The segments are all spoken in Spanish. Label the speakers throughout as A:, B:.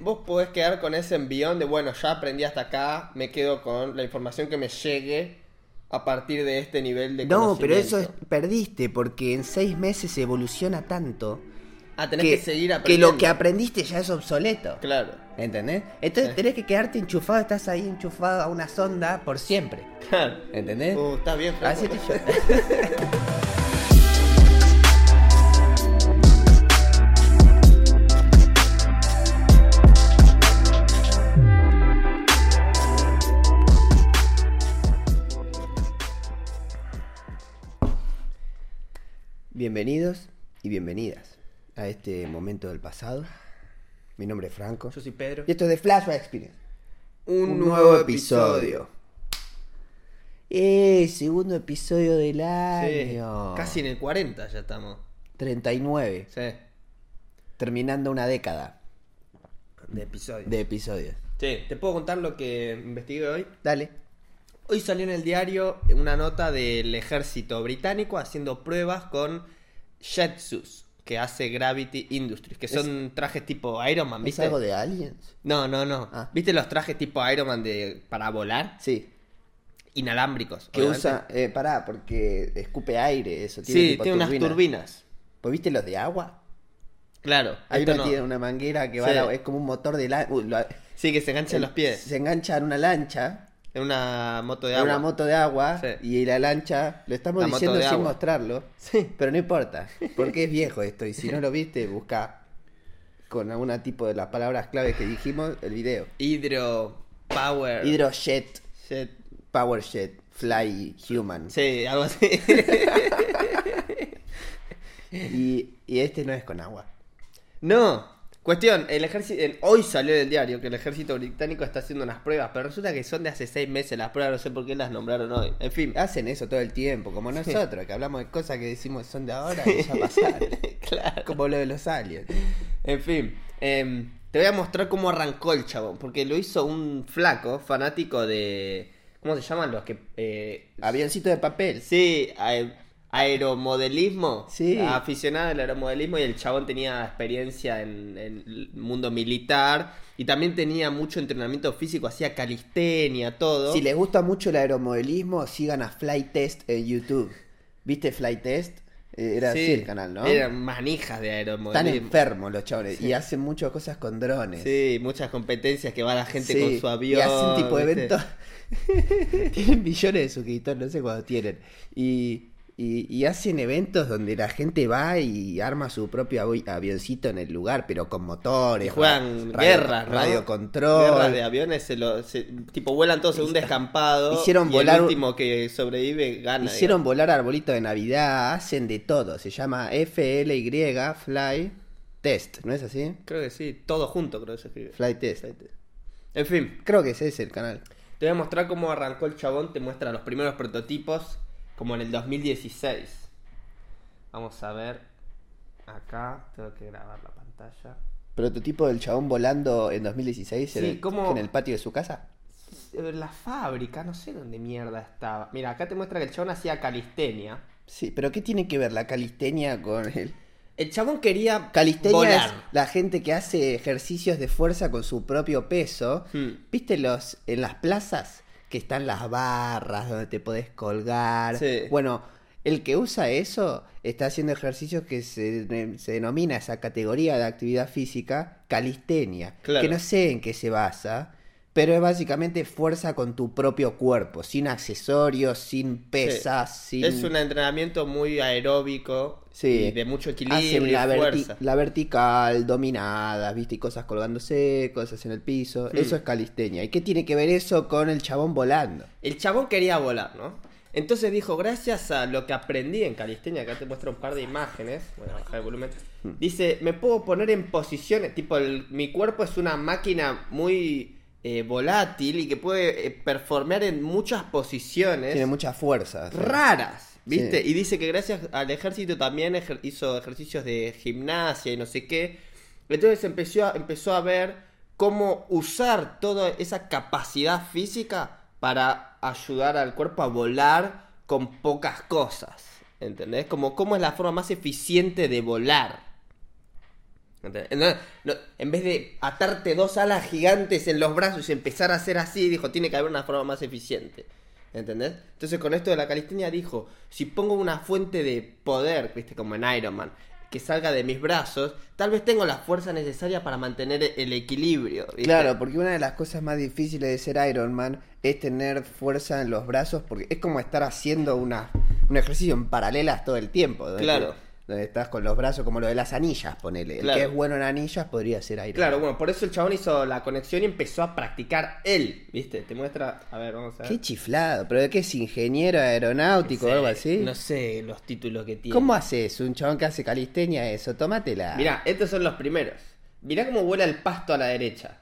A: Vos podés quedar con ese envión de, bueno, ya aprendí hasta acá, me quedo con la información que me llegue a partir de este nivel de
B: No, pero
A: conocimiento.
B: eso es- perdiste porque en seis meses evoluciona tanto
A: Ah, tenés que, seguir
B: que
A: aprendiendo.
B: lo que aprendiste ya es obsoleto.
A: Claro.
B: ¿Entendés? Entonces
A: Sí.
B: tenés que quedarte enchufado, estás ahí enchufado a una sonda por siempre.
A: Claro.
B: ¿Entendés?
A: Uh, está bien, Franco.
B: Así que yo- Bienvenidos y bienvenidas a este momento del pasado. Mi nombre es Franco.
A: Yo soy Pedro.
B: Y esto es de Flashback Experience.
A: Un,
B: Eh, segundo episodio del
A: Sí.
B: año.
A: Casi en el 40 ya estamos.
B: 39.
A: Sí.
B: Terminando una década
A: De episodio.
B: de episodios.
A: Sí, te puedo contar lo que investigué hoy.
B: Dale.
A: Hoy salió en el diario una nota del ejército británico haciendo pruebas con Jetsus, que hace Gravity Industries, que son trajes tipo Iron Man,
B: ¿Es
A: ¿viste?
B: algo de aliens?
A: No, no, no.
B: Ah.
A: ¿Viste los trajes tipo Iron Man de para volar?
B: Sí.
A: Inalámbricos.
B: Que
A: obviamente.
B: usa. Eh, pará, porque escupe aire eso. Tiene
A: Sí,
B: tipo
A: tiene unas turbinas.
B: ¿Pues viste los de agua?
A: Claro.
B: Hay
A: esto
B: uno
A: no.
B: tiene una manguera que va
A: Sí.
B: a la- Es como un motor de la- uh, lo-
A: Sí, que se engancha en los pies.
B: Se engancha en una lancha.
A: En una moto de
B: en
A: agua.
B: una moto de agua
A: Sí.
B: y la lancha, lo estamos
A: La moto
B: diciendo
A: de
B: sin
A: agua.
B: mostrarlo, pero no importa, porque es viejo esto y si no lo viste, busca con algún tipo de las palabras claves que dijimos el video.
A: Hidro Power.
B: Hydrojet,
A: Jet.
B: Powerjet, Fly Human.
A: Sí, algo así.
B: Y, y este no es con agua.
A: no. Cuestión, el ejército. el- hoy salió en el diario que el ejército británico está haciendo unas pruebas, pero resulta que son de hace seis meses las pruebas, no sé por qué las nombraron hoy. En fin.
B: Hacen eso todo el tiempo, como nosotros, que hablamos de cosas que decimos son de ahora y ya pasaron.
A: claro.
B: Como lo de los aliens.
A: En fin, em, te voy a mostrar cómo arrancó el chabón, porque lo hizo un flaco fanático de. ¿Cómo se llaman los que.? eh,
B: Avioncito de papel.
A: sí, ae- aeromodelismo.
B: Sí.
A: Aficionado al aeromodelismo y el chabón tenía experiencia en, en el mundo militar y también tenía mucho entrenamiento físico, hacía calistenia, todo.
B: Si les gusta mucho el aeromodelismo, sigan a Fly Test en YouTube. ¿Viste Fly Test? Eh, Era
A: Sí,
B: así el canal, ¿no?
A: Eran manijas de
B: Están
A: aeromodelismo.
B: enfermos los chavales y hacen muchas cosas con drones.
A: Sí, muchas competencias que va la gente
B: Sí,
A: con su avión.
B: Y hacen tipo
A: ¿viste?
B: eventos. tienen millones de suscriptores, no sé cuándo tienen. Y, y- y hacen eventos donde la gente va y arma su propio avi- avioncito en el lugar, pero con motores.
A: Y juegan
B: ra- radio-
A: guerras, ¿no?
B: Radiocontrol.
A: Guerras de aviones, se lo- se- tipo vuelan todos en un descampado.
B: Hicieron
A: y
B: volar-
A: El último que sobrevive gana.
B: Hicieron volar arbolitos de Navidad, hacen de todo. Se llama FLY Fly Test, ¿no es así?
A: digamos. Creo que sí, todo junto creo que se escribe.
B: Fly Test.
A: En fin,
B: Creo que ese es el canal.
A: te voy a mostrar cómo arrancó el chabón. Te muestra los primeros prototipos, como en el 2016. Vamos a ver. Acá tengo que grabar la pantalla.
B: Prototipo del chabón volando en 2016 en,
A: Sí,
B: el,
A: ¿cómo?
B: en el patio de su casa.
A: Eh, La fábrica, no sé dónde mierda estaba. Mira, acá te muestra que el chabón hacía calistenia.
B: Sí, pero ¿qué tiene que ver la calistenia con el...?
A: El chabón quería
B: Calistenia
A: volar.
B: es la gente que hace ejercicios de fuerza con su propio peso.
A: Hmm.
B: ¿Viste los en las plazas que están las barras donde te podés colgar?
A: Sí.
B: Bueno, el que usa eso está haciendo ejercicios que se, se denomina esa categoría de actividad física calistenia.
A: Claro.
B: Que no sé en qué se basa, pero es básicamente fuerza con tu propio cuerpo, sin accesorios, sin pesas, sin...
A: Es un entrenamiento muy aeróbico
B: Sí.
A: y de mucho
B: Hace
A: equilibrio
B: la,
A: y
B: verti-
A: fuerza.
B: la vertical, dominadas, viste, y cosas colgándose, cosas en el piso.
A: Mm.
B: Eso es calistenia. ¿Y qué tiene que ver eso con el chabón volando?
A: El chabón quería volar, ¿no? Entonces dijo, gracias a lo que aprendí en calistenia, acá te muestro un par de imágenes, voy a bajar el volumen. Dice, me puedo poner en posiciones, tipo, el- mi cuerpo es una máquina muy eh, volátil y que puede eh, performear en muchas posiciones.
B: Tiene mucha fuerza. o sea.
A: raras, ¿viste?
B: Sí.
A: Y dice que gracias al ejército también ejer- hizo ejercicios de gimnasia y no sé qué. Entonces empezó a, empezó a ver cómo usar toda esa capacidad física para ayudar al cuerpo a volar con pocas cosas. ¿Entendés? Como cómo es la forma más eficiente de volar. ¿Entendés? No, no, en vez de atarte dos alas gigantes en los brazos y empezar a hacer así, dijo, tiene que haber una forma más eficiente. ¿Entendés? Entonces con esto de la calistenia dijo, si pongo una fuente de poder, viste, como en Iron Man, que salga de mis brazos, tal vez tengo la fuerza necesaria para mantener el equilibrio. ¿viste?
B: Claro, porque una de las cosas más difíciles de ser Iron Man es tener fuerza en los brazos, porque es como estar haciendo una, un ejercicio en paralelas todo el tiempo. donde-
A: Claro.
B: donde estás con los brazos, como lo de las anillas, ponele.
A: Claro.
B: El que es bueno en anillas podría ser Iron
A: Claro,
B: Man.
A: bueno, por eso el chabón hizo la conexión y empezó a practicar él, ¿viste? Te muestra, a ver, vamos a ver.
B: Qué chiflado, pero ¿de qué es ingeniero aeronáutico o algo así?
A: No sé los títulos que tiene.
B: ¿Cómo haces un chabón que hace calistenia eso? Tómatela.
A: Mirá, estos son los primeros. Mirá cómo vuela el pasto a la derecha.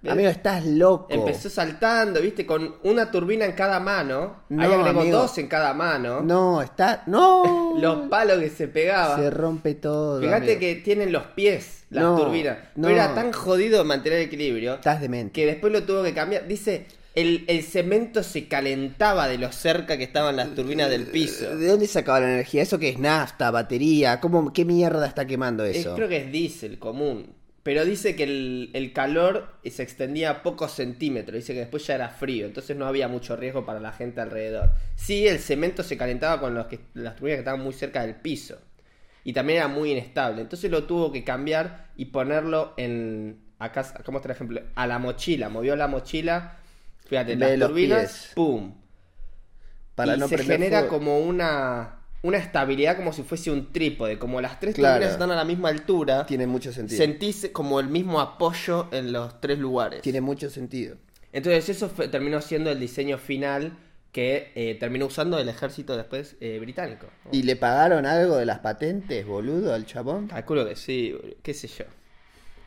A: ¿Ves?
B: Amigo, estás loco.
A: Empezó saltando, viste, con una turbina en cada mano.
B: No,
A: Ahí agregó
B: amigo.
A: dos en cada mano.
B: No, está. ¡No!
A: Los palos que se pegaba.
B: Se rompe todo.
A: Fíjate
B: amigo.
A: que tienen los pies las
B: No,
A: turbinas.
B: no.
A: Pero era tan jodido mantener el equilibrio
B: Estás demente.
A: que después lo tuvo que cambiar. Dice, el, el cemento se calentaba de lo cerca que estaban las turbinas del piso.
B: Eh, ¿De dónde sacaba la energía? ¿Eso que es nafta, batería? ¿Cómo, ¿Qué mierda está quemando
A: Es-
B: eso?
A: creo que es diésel común. Pero dice que el, el calor se extendía a pocos centímetros. Dice que después ya era frío. Entonces no había mucho riesgo para la gente alrededor. Sí, el cemento se calentaba con los que, las turbinas que estaban muy cerca del piso. Y también era muy inestable. Entonces lo tuvo que cambiar y ponerlo en. Acá, acá muestra el ejemplo. A la mochila. Movió la mochila. Fíjate,
B: En vez de
A: las
B: los
A: turbinas.
B: pies.
A: ¡Pum!
B: Para
A: y
B: no
A: se
B: prender
A: genera
B: fuego.
A: como una, una estabilidad como si fuese un trípode. Como las tres
B: Claro.
A: turbinas están a la misma altura,
B: Tiene mucho sentido.
A: sentís como el mismo apoyo en los tres lugares.
B: Tiene mucho sentido.
A: Entonces eso fue- terminó siendo el diseño final que eh, terminó usando el ejército después eh, británico.
B: ¿Y le pagaron algo de las patentes, boludo, al chabón?
A: Calculo que sí, boludo, qué sé yo.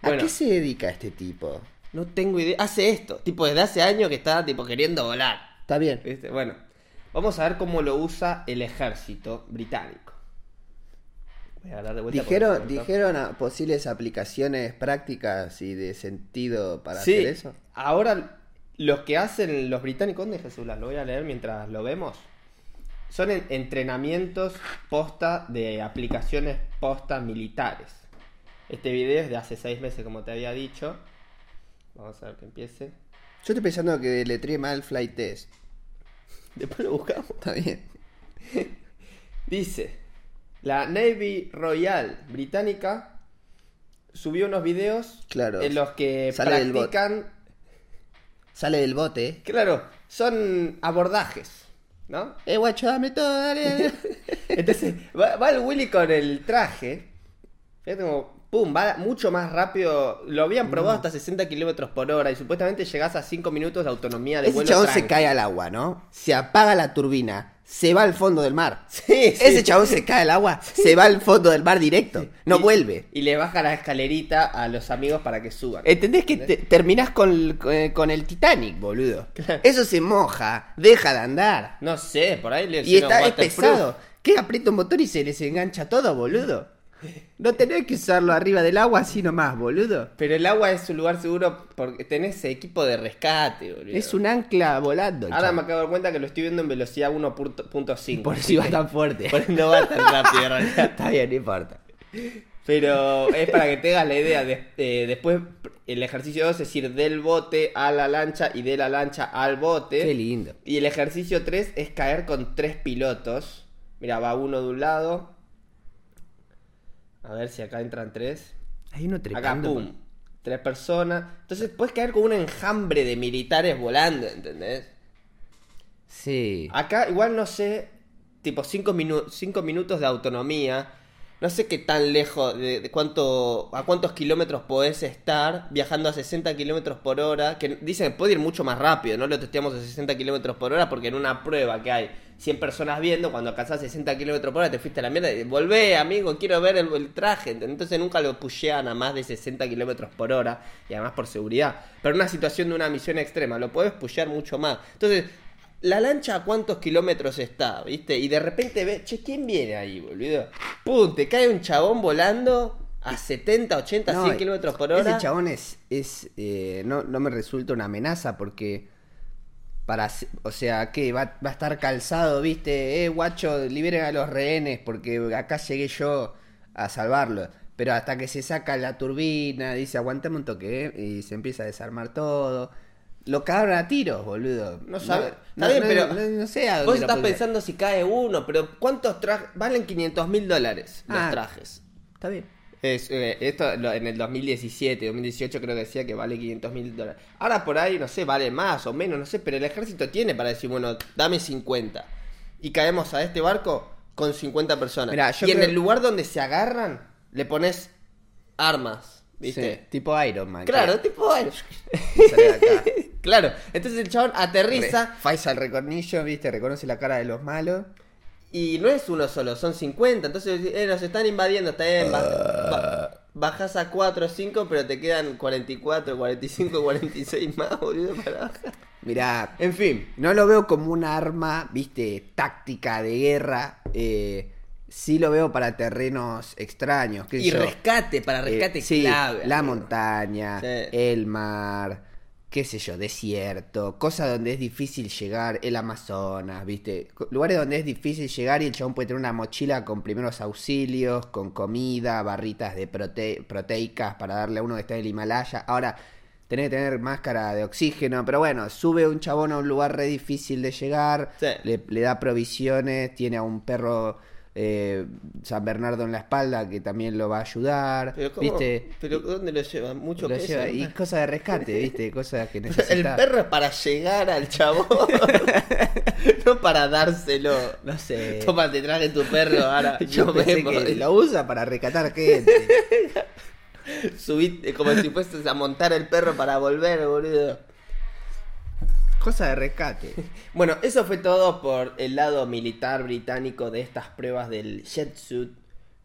B: ¿A
A: Bueno,
B: qué se dedica este tipo?
A: no tengo idea. Hace esto, tipo desde hace años que está tipo queriendo volar.
B: Está bien.
A: ¿Viste? Bueno, vamos a ver cómo lo usa el ejército británico. Voy a dar de vuelta porque se
B: ¿Dijeron,
A: cortó.
B: dijeron a posibles aplicaciones prácticas y de sentido para
A: sí,
B: hacer eso?
A: Ahora, los que hacen los británicos, ¿dónde Jesús? Las Lo voy a leer mientras lo vemos. Son en- entrenamientos posta de aplicaciones posta militares. Este video es de hace seis meses, como te había dicho. Vamos a ver que empiece.
B: Yo estoy pensando que le trié mal flight test.
A: Después lo buscamos.
B: Está bien.
A: Dice, la Navy Royal británica subió unos videos
B: Claro.
A: en los que
B: Sale del bot.
A: practican
B: Sale del bote.
A: Claro, son abordajes, ¿no?
B: Eh, guacho, dame todo, dale, dale.
A: Entonces, va, va el Willy con el traje. Fíjate como, pum, va mucho más rápido. Lo habían
B: Mm.
A: probado hasta 60 kilómetros por hora y supuestamente llegás a 5 minutos de autonomía de
B: Ese
A: vuelo.
B: chabón se
A: tranqui.
B: cae al agua, ¿no? Se apaga la turbina, se va al fondo del mar.
A: Sí, sí.
B: Ese chabón se cae al agua, se va al fondo del mar directo. No
A: Y-
B: vuelve.
A: Y le baja la escalerita a los amigos para que suban.
B: ¿Entendés que te- terminás con, eh, con el Titanic, boludo? Eso se moja, deja de andar.
A: No sé, por ahí le
B: Y
A: hicieron
B: está es
A: waterproof.
B: pesado. ¿Qué aprieta un motor y se les engancha todo, boludo? No tenés que usarlo arriba del agua así nomás, boludo.
A: Pero el agua es un lugar seguro porque tenés equipo de rescate, boludo.
B: Es un ancla volando. el
A: Ahora
B: chabón.
A: me acabo de dar cuenta que lo estoy viendo en velocidad 1.5.
B: Por si va tan fuerte.
A: Por- No va tan rápido en realidad.
B: Está bien, no importa.
A: Pero es para que tengas la idea. de- eh, después, el ejercicio 2 es ir del bote a la lancha y de la lancha al bote.
B: Qué lindo.
A: Y el ejercicio 3 es caer con tres pilotos. Mira, va uno de un lado. A ver si acá entran tres.
B: Hay uno
A: Acá,
B: trepando.
A: pum. Tres personas. Entonces puedes caer con un enjambre de militares volando, ¿entendés?
B: Sí.
A: Acá igual no sé, tipo 5 minutos de autonomía. No sé qué tan lejos, de, de cuánto, a cuántos kilómetros podés estar viajando a 60 kilómetros por hora. Que dicen que puede ir mucho más rápido, no lo testeamos a 60 kilómetros por hora porque en una prueba que hay 100 personas viendo, cuando alcanzás 60 kilómetros por hora te fuiste a la mierda y volvé, amigo, quiero ver el, el traje. Entonces nunca lo pushean a más de 60 kilómetros por hora y además por seguridad. Pero en una situación de una misión extrema, lo podés pushear mucho más. Entonces, la lancha a cuántos kilómetros está, ¿viste? Y de repente ve, che, ¿quién viene ahí, boludo? Pum, te cae un chabón volando a 70, 80,
B: No,
A: 100 kilómetros por hora.
B: Ese chabón es. es eh, no, no me resulta una amenaza porque. Para, se- o sea, que va, va a estar calzado, viste, eh, guacho, liberen a los rehenes porque acá llegué yo a salvarlo. Pero hasta que se saca la turbina, dice aguantame un toque, ¿eh? y se empieza a desarmar todo. Lo cagaron a tiros, boludo.
A: No sabe. Está
B: No,
A: bien,
B: no-
A: pero
B: no- no sé a dónde
A: Vos
B: lo
A: estás
B: puse.
A: pensando si cae uno, pero ¿cuántos trajes? Valen 500 mil dólares los
B: Ah.
A: trajes.
B: Está bien.
A: Es, eh, esto lo- en el 2017, 2018 creo que decía que vale 500 mil dólares. Ahora por ahí, no sé, vale más o menos, no sé, pero el ejército tiene para decir, bueno, dame 50. Y caemos a este barco con 50 personas.
B: Mirá, yo
A: y en
B: creo-
A: el lugar donde se agarran, le pones armas, ¿viste?
B: Sí, tipo Iron Man.
A: Claro, tipo, bueno.
B: que sale de acá.
A: claro, entonces el chabón aterriza
B: Re- Faisal Recornillo, viste, reconoce la cara de los malos.
A: y no es uno solo, son 50. Entonces eh, nos están invadiendo, está bien, baj-
B: Ah.
A: ba- bajás a 4 o 5, pero te quedan 44, 45, 46 más, boludo, para bajar.
B: Mirá,
A: En fin,
B: no lo veo como un arma, viste, táctica de guerra. eh, sí lo veo para terrenos extraños. qué sé
A: y
B: yo.
A: rescate, para
B: Eh,
A: rescate
B: sí,
A: clave.
B: La
A: amigo.
B: montaña,
A: Sí.
B: el mar, qué sé yo, desierto, cosas donde es difícil llegar, el Amazonas, ¿viste? Co- Lugares donde es difícil llegar y el chabón puede tener una mochila con primeros auxilios, con comida, barritas de prote- proteicas para darle a uno que está en el Himalaya. Ahora, tenés que tener máscara de oxígeno, pero bueno, sube un chabón a un lugar re difícil de llegar,
A: Sí.
B: le le, le da provisiones, tiene a un perro eh, San Bernardo en la espalda que también lo va a ayudar,
A: Pero, ¿cómo?
B: ¿viste?
A: ¿Pero dónde lo llevan? Mucho
B: Lo
A: peso.
B: lleva-
A: ¿no?
B: y cosas de rescate, ¿viste? Cosas que
A: El
B: necesita.
A: perro es para llegar al chabón, no para dárselo.
B: No sé.
A: Toma, te traje tu perro, ahora
B: Yo
A: yo
B: pensé
A: vemos.
B: que lo usa para rescatar gente.
A: Subiste como si fueses a montar el perro para volver, boludo.
B: cosas de rescate.
A: Bueno, eso fue todo por el lado militar británico de estas pruebas del Jetsuit.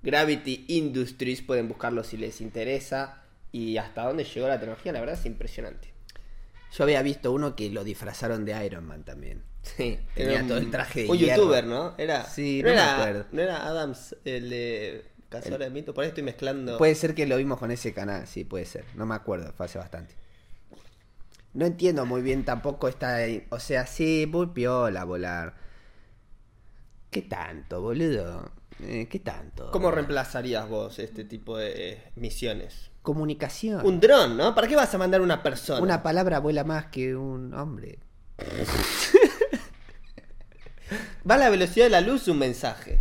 A: Gravity Industries, pueden buscarlo si les interesa. Y hasta dónde llegó la tecnología, la verdad es impresionante.
B: Yo había visto uno que lo disfrazaron de Iron Man también.
A: Sí,
B: tenía todo el traje de
A: Un
B: hierro.
A: youtuber, ¿no? Era,
B: Sí,
A: no,
B: no me
A: era,
B: acuerdo.
A: No era Adams, el de Cazador de Mito. Por ahí estoy mezclando.
B: Puede ser que lo vimos con ese canal, sí, puede ser. No me acuerdo, fue hace bastante. No entiendo muy bien tampoco esta... O sea, sí, muy piola volar. ¿Qué tanto, boludo? Eh, ¿Qué tanto?
A: ¿Cómo reemplazarías vos este tipo de eh, misiones?
B: Comunicación.
A: Un dron, ¿no? ¿Para qué vas a mandar una persona?
B: Ah. Una palabra vuela más que un hombre.
A: Va a la velocidad de la luz un mensaje.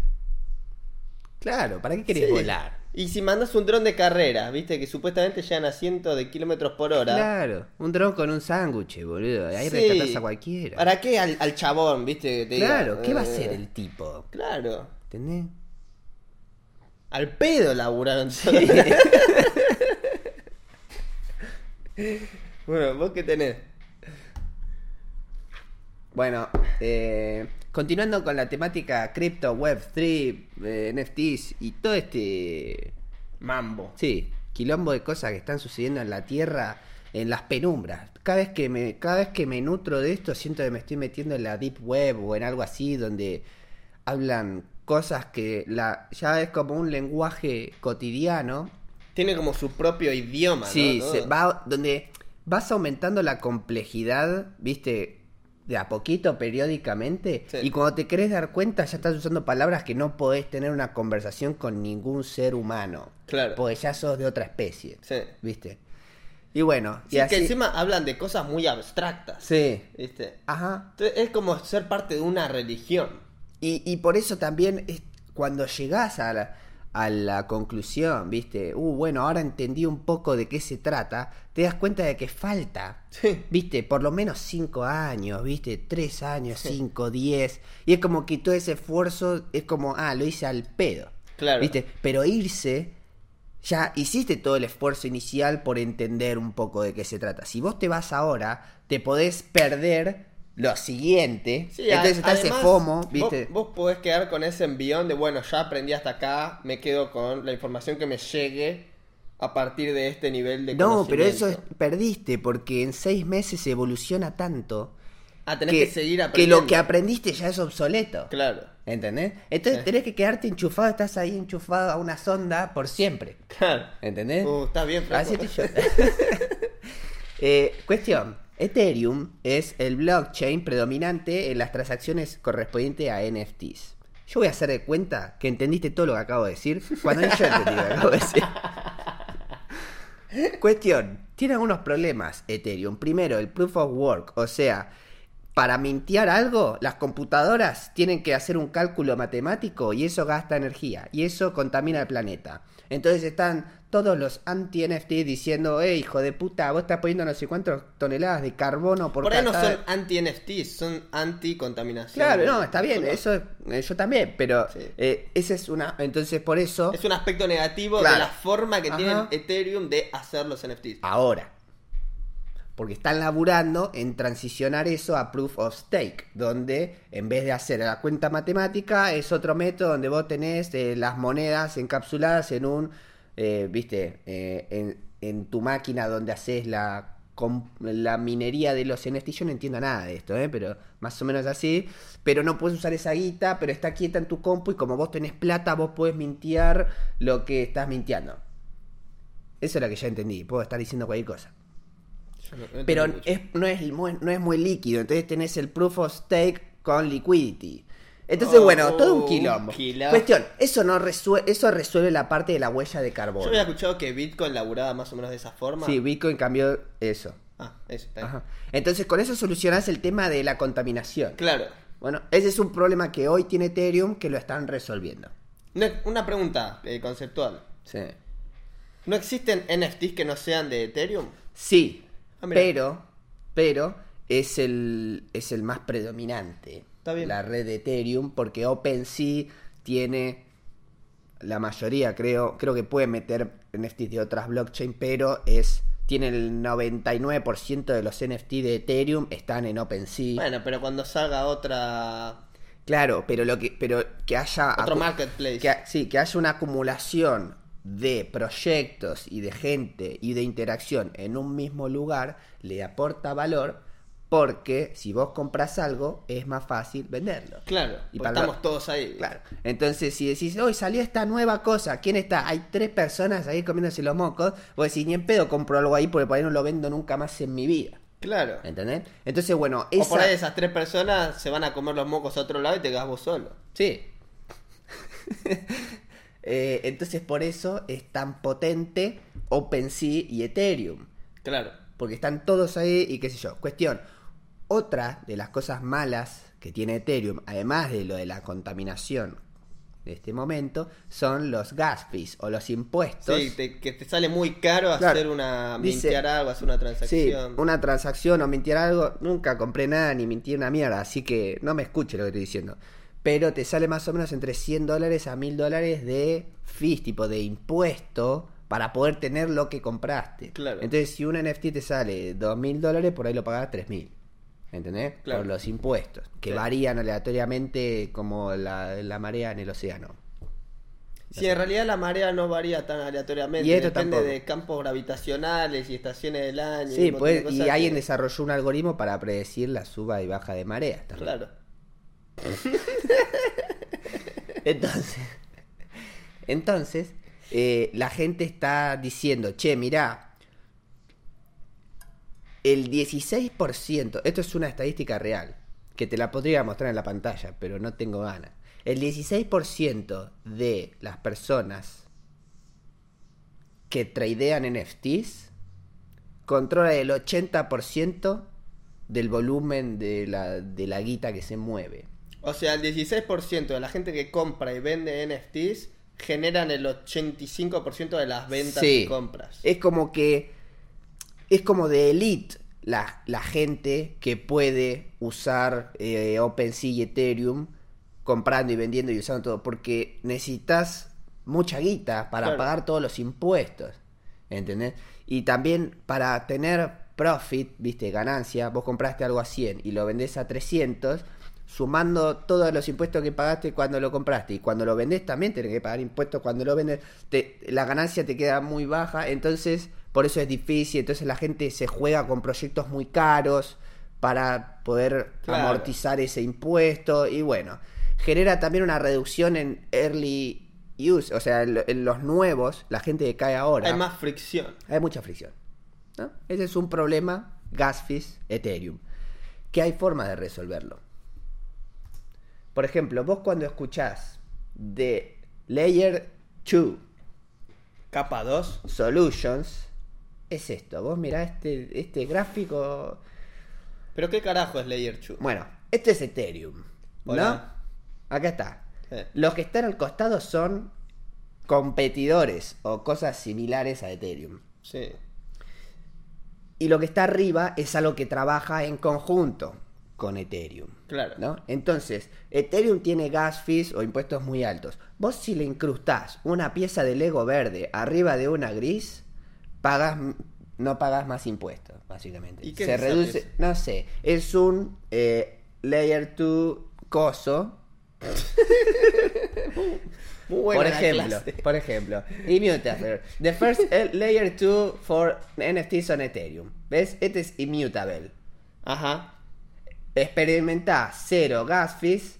B: Claro, ¿para qué querés
A: Sí.
B: volar?
A: Y si mandas un dron de carrera, viste, que supuestamente llegan a cientos de kilómetros por hora.
B: Claro, un dron con un sándwich, boludo. Ahí
A: Sí.
B: rescatás a cualquiera.
A: ¿Para qué al, al chabón, viste? que te diga,
B: Claro, ¿qué va a
A: eh,
B: hacer el tipo?
A: Claro.
B: ¿Entendés?
A: Al pedo laburaron. bueno, ¿vos qué tenés?
B: Bueno, eh, continuando con la temática cripto, web 3, eh, NFTs y todo este.
A: Mambo.
B: Sí, quilombo de cosas que están sucediendo en la tierra, en las penumbras. Cada vez que me, cada vez que me nutro de esto, siento que me estoy metiendo en la deep web o en algo así, donde hablan cosas que la, ya es como un lenguaje cotidiano
A: Tiene como su propio idioma,
B: Sí,
A: ¿no?
B: se-
A: Todo.
B: va, donde vas aumentando la complejidad, viste, de a poquito, periódicamente,
A: Sí.
B: y cuando te querés dar cuenta ya estás usando palabras que no podés tener una conversación con ningún ser humano.
A: Claro.
B: Porque ya sos de otra especie,
A: Sí.
B: viste. Y bueno,
A: Sí,
B: y así...
A: que encima hablan de cosas muy abstractas.
B: Sí.
A: ¿Viste?
B: Ajá.
A: Entonces, Es como ser parte de una religión.
B: Y, y por eso también es cuando llegás a la, a la conclusión, viste, uh, bueno, ahora entendí un poco de qué se trata, te das cuenta de que falta,
A: Sí.
B: viste, por lo menos cinco años, viste, tres años, cinco, diez, y es como que todo ese esfuerzo es como, ah, lo hice al pedo,
A: Claro.
B: viste, pero irse, ya hiciste todo el esfuerzo inicial por entender un poco de qué se trata. Si vos te vas ahora, te podés perder lo siguiente,
A: Sí,
B: entonces
A: a-
B: está ese
A: además,
B: FOMO,
A: vos-
B: viste.
A: Vos, podés quedar con ese envión de, bueno, ya aprendí hasta acá, me quedo con la información que me llegue a partir de este nivel de
B: No, pero
A: conocimiento.
B: eso es- perdiste porque en seis meses evoluciona tanto
A: Ah, tenés que, seguir
B: que
A: aprendiendo.
B: lo que aprendiste ya es obsoleto.
A: Claro,
B: ¿Entendés? Entonces
A: Sí.
B: tenés que quedarte enchufado, estás ahí enchufado a una sonda por siempre.
A: claro.
B: ¿Entendés?
A: Uh, estás bien, Franco.
B: ¿Eh? Así Ah, estoy yo. Eh, cuestión. Ethereum es el blockchain predominante en las transacciones correspondientes a NFTs. Yo voy a hacer de cuenta que entendiste todo lo que acabo de decir cuando ni yo entendí lo que acabo de decir. Cuestión, tiene algunos problemas Ethereum. Primero, el proof of work, o sea, para mintear algo, las computadoras tienen que hacer un cálculo matemático y eso gasta energía y eso contamina el planeta. Entonces están todos los anti-NFT diciendo, eh, hijo de puta, vos estás poniendo no sé cuántas toneladas de carbono por,
A: Por ahí no
B: cada-
A: son anti-NFT, son anti-contaminación.
B: Claro, no, está bien,
A: Bueno,
B: eso es- eh, yo también, pero
A: Sí.
B: eh, esa es una... Entonces por eso...
A: Es un aspecto negativo
B: Claro.
A: de la forma que
B: Ajá.
A: tiene Ethereum de hacer los NFTs.
B: ahora. Porque están laburando en transicionar eso a proof of stake, donde en vez de hacer la cuenta matemática, es otro método donde vos tenés eh, las monedas encapsuladas en un, eh, viste, eh, en, en tu máquina donde haces la, com- la minería de los NFT. Yo no entiendo nada de esto, ¿eh? pero más o menos así. Pero no puedes usar esa guita, pero está quieta en tu compu y como vos tenés plata, vos podés mintear lo que estás mintiendo. Eso es lo que ya entendí, puedo estar diciendo cualquier cosa.
A: Yo no- no entendí
B: Pero
A: mucho.
B: es, no, es, mu- no es muy líquido, entonces tenés el proof of stake con liquidity. Entonces,
A: Oh,
B: bueno, todo un
A: un
B: quilombo.
A: quilombo.
B: Cuestión, eso no resue- eso resuelve la parte de la huella de
A: Yo
B: carbono.
A: había escuchado que Bitcoin laburaba más o menos de esa forma.
B: Sí, Bitcoin cambió eso.
A: Ah, eso está. bien.
B: Ajá. Entonces, con eso solucionás el tema de la contaminación.
A: Claro.
B: Bueno, ese es un problema que hoy tiene Ethereum que lo están resolviendo.
A: No, una pregunta eh, conceptual.
B: Sí.
A: ¿No existen NFTs que no sean de Ethereum?
B: Sí,
A: Ah, mirá.
B: pero, pero es el, es el más predominante.
A: Está bien.
B: La red de Ethereum, porque OpenSea tiene la mayoría, creo, creo que puede meter NFTs de otras blockchain, pero es tiene el 99% de los NFT de Ethereum están en OpenSea.
A: Bueno, pero cuando salga
B: Ah,
A: otra
B: Claro, pero lo que pero que haya
A: otro
B: acu-
A: marketplace.
B: que ha- sí, que haya una acumulación de proyectos y de gente y de interacción en un mismo lugar le aporta valor porque si vos compras algo es más fácil venderlo.
A: Claro,
B: Y
A: porque
B: para-
A: estamos todos ahí.
B: Claro. Entonces, si decís, hoy salió esta nueva cosa, ¿quién está? Hay tres personas ahí comiéndose los mocos. Vos decís, ni en pedo compro algo ahí porque por ahí no lo vendo nunca más en mi vida.
A: Claro.
B: ¿Entendés? Entonces, bueno,
A: O por
B: esa-
A: ahí esas tres personas se van a comer los mocos a otro lado y te quedas vos solo.
B: Sí. Eh, entonces por eso es tan potente OpenSea y Ethereum.
A: Claro.
B: Porque están todos ahí y qué sé yo. Cuestión. Otra de las cosas malas que tiene Ethereum, además de lo de la contaminación de este momento, son los gas fees o los impuestos.
A: Sí, te- que te sale muy caro
B: Claro.
A: hacer una.
B: Dice-
A: mintear algo, hacer una
B: Sí,
A: transacción.
B: una transacción o mintiera algo, nunca compré nada ni mentí una mierda, así que no me escuche lo que estoy diciendo. Pero te sale más o menos entre 100 dólares a 1000 dólares de fees, tipo de impuesto, para poder tener lo que compraste.
A: Claro.
B: Entonces, si un NFT te sale 2000 dólares, por ahí lo pagás 3000. ¿Entendés?
A: Claro.
B: Por los impuestos, que
A: Claro.
B: varían aleatoriamente como la, la marea en el océano.
A: Sí, en realidad la marea no varía tan aleatoriamente.
B: Y esto
A: depende
B: tampoco.
A: de campos gravitacionales y estaciones del año.
B: Sí,
A: un montón de
B: pues, y
A: cosas
B: alguien
A: que-
B: desarrolló un algoritmo para predecir la suba y baja de mareas también.
A: Claro.
B: Entonces, entonces eh, la gente está diciendo, che, mirá, el 16%, esto es una estadística real, que te la podría mostrar en la pantalla, pero no tengo ganas. El 16% de las personas que tradean NFTs controla el 80% del volumen de la, de la guita que se mueve.
A: O sea, el 16% de la gente que compra y vende NFTs generan el 85% de las ventas
B: Sí.
A: y compras.
B: Es como que. Es como de elite la, la gente que puede usar eh, OpenSea y Ethereum comprando y vendiendo y usando todo. Porque necesitas mucha guita para
A: Claro.
B: pagar todos los impuestos. ¿Entendés? Y también para tener profit, viste, ganancia, vos compraste algo a 100 y lo vendés a 300, sumando todos los impuestos que pagaste cuando lo compraste y cuando lo vendés también tenés que pagar impuestos cuando lo vendes, te- la ganancia te queda muy baja, entonces por eso es difícil, entonces la gente se juega con proyectos muy caros para poder
A: Claro.
B: amortizar ese impuesto y bueno, genera también una reducción en early use, o sea, en, lo- en los nuevos, la gente que cae ahora,
A: Hay más fricción.
B: hay mucha fricción. ¿no? Ese es un problema gas fees Ethereum, que hay forma de resolverlo. Por ejemplo, vos cuando escuchás de Layer 2
A: Capa 2.
B: Solutions, es esto. Vos mirá este, este gráfico.
A: ¿Pero qué carajo es Layer 2?
B: Bueno, esto es Ethereum. ¿No?
A: Hola.
B: Acá está.
A: Eh.
B: Los que están al costado son competidores o cosas similares a Ethereum.
A: Sí.
B: Y lo que está arriba es algo que trabaja en conjunto con Ethereum.
A: Claro.
B: ¿no? Entonces, Ethereum tiene gas fees o impuestos muy altos. Vos si le incrustás una pieza de Lego verde arriba de una gris, pagas no pagas más impuestos, básicamente.
A: ¿Y qué
B: Se
A: es esa
B: reduce,
A: pieza?
B: no sé, es un eh, layer 2 coso
A: Muy buena
B: por
A: la
B: ejemplo,
A: clase.
B: por ejemplo, immutable. The first eh, layer 2 for NFTs on Ethereum. ¿Ves? Este es immutable.
A: Ajá.
B: Experimentá cero gas fees,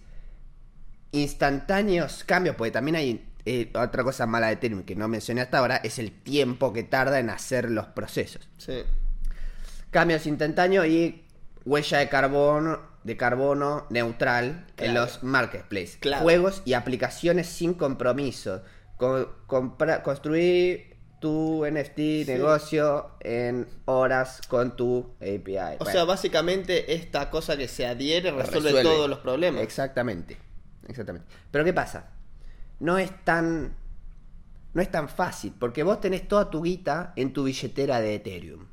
B: instantáneos cambios, porque también hay eh, otra cosa mala de Ethereum que no mencioné hasta ahora, es el tiempo que tarda en hacer los procesos.
A: Sí.
B: Cambios instantáneos y huella de carbono, de carbono neutral
A: Claro.
B: en los marketplaces.
A: Claro.
B: Juegos y aplicaciones sin compromiso. Co- compra- construir tu NFT negocio en horas con tu API.
A: O sea, básicamente esta cosa que se adhiere resuelve,
B: Resuelve.
A: todos los problemas.
B: Exactamente. Exactamente. Pero ¿qué pasa? No es tan. No es tan fácil, porque vos tenés toda tu guita en tu billetera de Ethereum.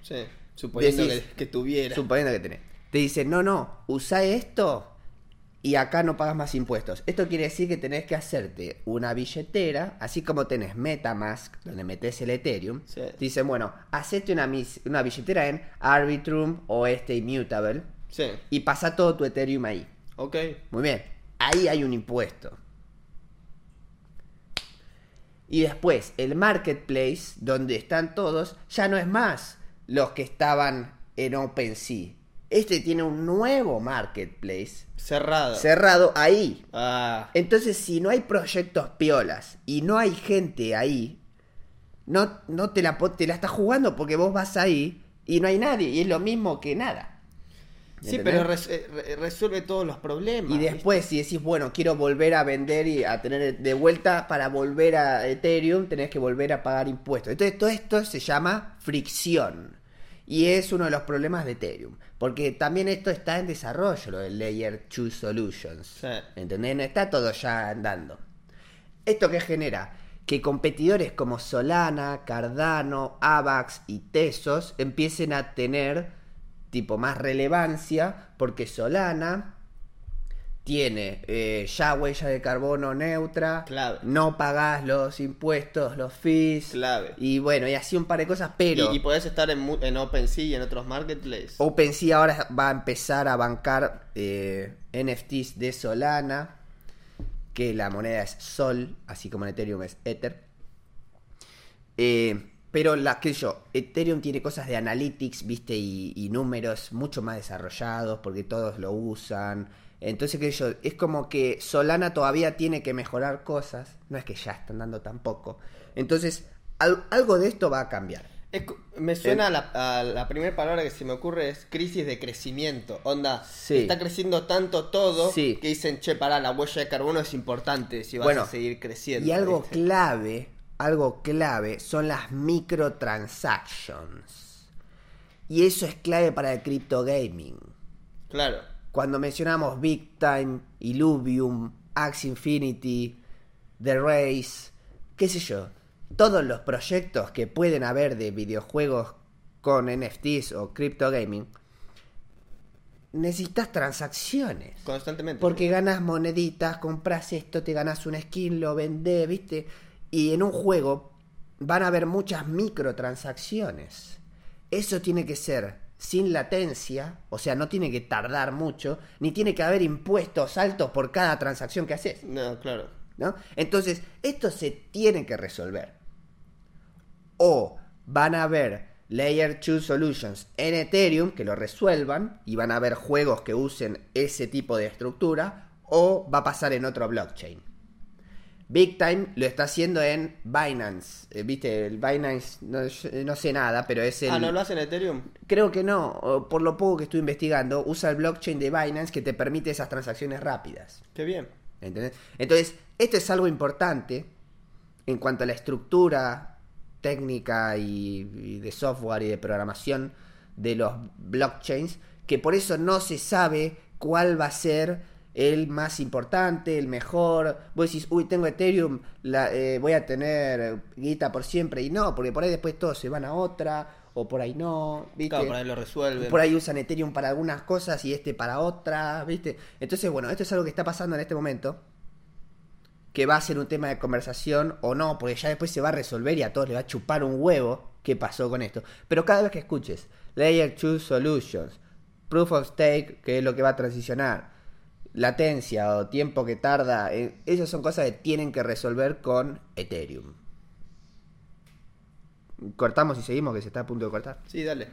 A: Sí. Suponiendo
B: Decís-
A: que, que tuviera.
B: Suponiendo que tenés. Te dicen, no, no, usá esto y acá no pagas más impuestos. Esto quiere decir que tenés que hacerte una billetera, así como tenés Metamask, donde metes el Ethereum.
A: Sí.
B: Te dicen, bueno, hacete una, mis- una billetera en Arbitrum o este Immutable
A: Sí.
B: y pasa todo tu Ethereum ahí.
A: Ok.
B: Muy bien, ahí hay un impuesto. Y después, el marketplace, donde están todos, ya no es más los que estaban en OpenSea. Este tiene un nuevo marketplace
A: Cerrado.
B: cerrado ahí.
A: Ah.
B: Entonces, si no hay proyectos piolas y no hay gente ahí, no, no te, la, po- te la estás jugando porque vos vas ahí y no hay nadie. Y es lo mismo que nada.
A: Sí,
B: ¿Entendés?
A: pero res- eh, re- resuelve todos los problemas.
B: Y después, si decís, bueno, quiero volver a vender y a tener e-", de vuelta para volver a Ethereum, tenés que volver a pagar impuestos. Entonces, todo esto se llama fricción. Y es uno de los problemas de Ethereum. Porque también esto está en desarrollo, lo del Layer 2 Solutions.
A: Sí.
B: ¿Entendés? No está todo ya andando. ¿Esto qué genera? Que competidores como Solana, Cardano, Avax y Tesos empiecen a tener tipo más relevancia porque Solana tiene eh, ya huella de carbono neutra,
A: Clave.
B: no pagás los impuestos, los fees,
A: Clave.
B: y bueno, y así un par de cosas,
A: Y,
B: pero Oh.
A: y podés estar en, mu- en OpenSea y en otros marketplaces.
B: OpenSea ahora va a empezar a bancar eh, NFTs de Solana, que la moneda es Sol, así como en Ethereum es Ether. Eh, pero la que yo, Ethereum tiene cosas de analytics, viste, y, y números mucho más desarrollados porque todos lo usan. Entonces, que yo, es como que Solana todavía tiene que mejorar cosas. No es que ya están dando tampoco. Entonces, al- algo de esto va a cambiar.
A: Es cu- me suena a la, a la primera palabra que se me ocurre es crisis de crecimiento. Onda,
B: Sí.
A: está creciendo tanto todo
B: Sí.
A: que dicen, che, pará, la huella de carbono es importante si vas
B: Bueno,
A: a seguir creciendo.
B: Y algo
A: ¿viste?
B: clave, algo clave son las microtransactions. Y eso es clave para el crypto gaming.
A: Claro.
B: Cuando mencionamos Big Time, Illuvium, Axe Infinity, The Race, qué sé yo, todos los proyectos que pueden haber de videojuegos con NFTs o crypto gaming, necesitas transacciones.
A: Constantemente.
B: Porque ganas moneditas, compras esto, te ganas un skin, lo vendés, ¿viste? Y en un juego van a haber muchas microtransacciones. Eso tiene que ser sin latencia, o sea, no tiene que tardar mucho, ni tiene que haber impuestos altos por cada transacción que haces,
A: No, claro.
B: ¿no? Entonces, esto se tiene que resolver. O van a haber Layer 2 Solutions en Ethereum que lo resuelvan y van a haber juegos que usen ese tipo de estructura o va a pasar en otro blockchain. Big Time lo está haciendo en Binance. Eh, ¿Viste? El Binance, no, yo no sé nada, pero es el.
A: Ah, ¿no lo hacen Ethereum?
B: Creo que no, o por lo poco que estoy investigando, usa el blockchain de Binance que te permite esas transacciones rápidas.
A: Qué bien.
B: ¿entendés? Entonces, esto es algo importante en cuanto a la estructura técnica y, y de software y de programación de los blockchains, que por eso no se sabe cuál va a ser el más importante, el mejor. Vos decís, uy, tengo Ethereum, la, eh, voy a tener guita por siempre. Y no, porque por ahí después todos se van a otra, o por ahí no. ¿viste?
A: Claro, por ahí lo resuelven.
B: Por ahí usan Ethereum para algunas cosas y este para otras, ¿viste? Entonces, bueno, esto es algo que está pasando en este momento. Que va a ser un tema de conversación o no, porque ya después se va a resolver y a todos les va a chupar un huevo qué pasó con esto. Pero cada vez que escuches Layer 2 Solutions, Proof of Stake, que es lo que va a transicionar, latencia o tiempo que tarda, eh, esas son cosas que tienen que resolver con Ethereum. Cortamos y seguimos, que se está a punto de cortar.
A: Sí, dale.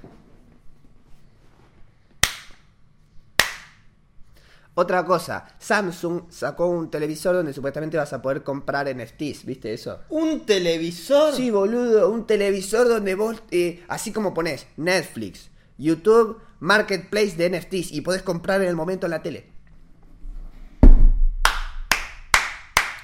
B: Otra cosa, Samsung sacó un televisor donde supuestamente vas a poder comprar NFTs, ¿viste eso?
A: ¿Un televisor?
B: Sí, boludo, un televisor donde vos, eh, así como pones Netflix, YouTube, Marketplace de NFTs y podés comprar en el momento en la tele.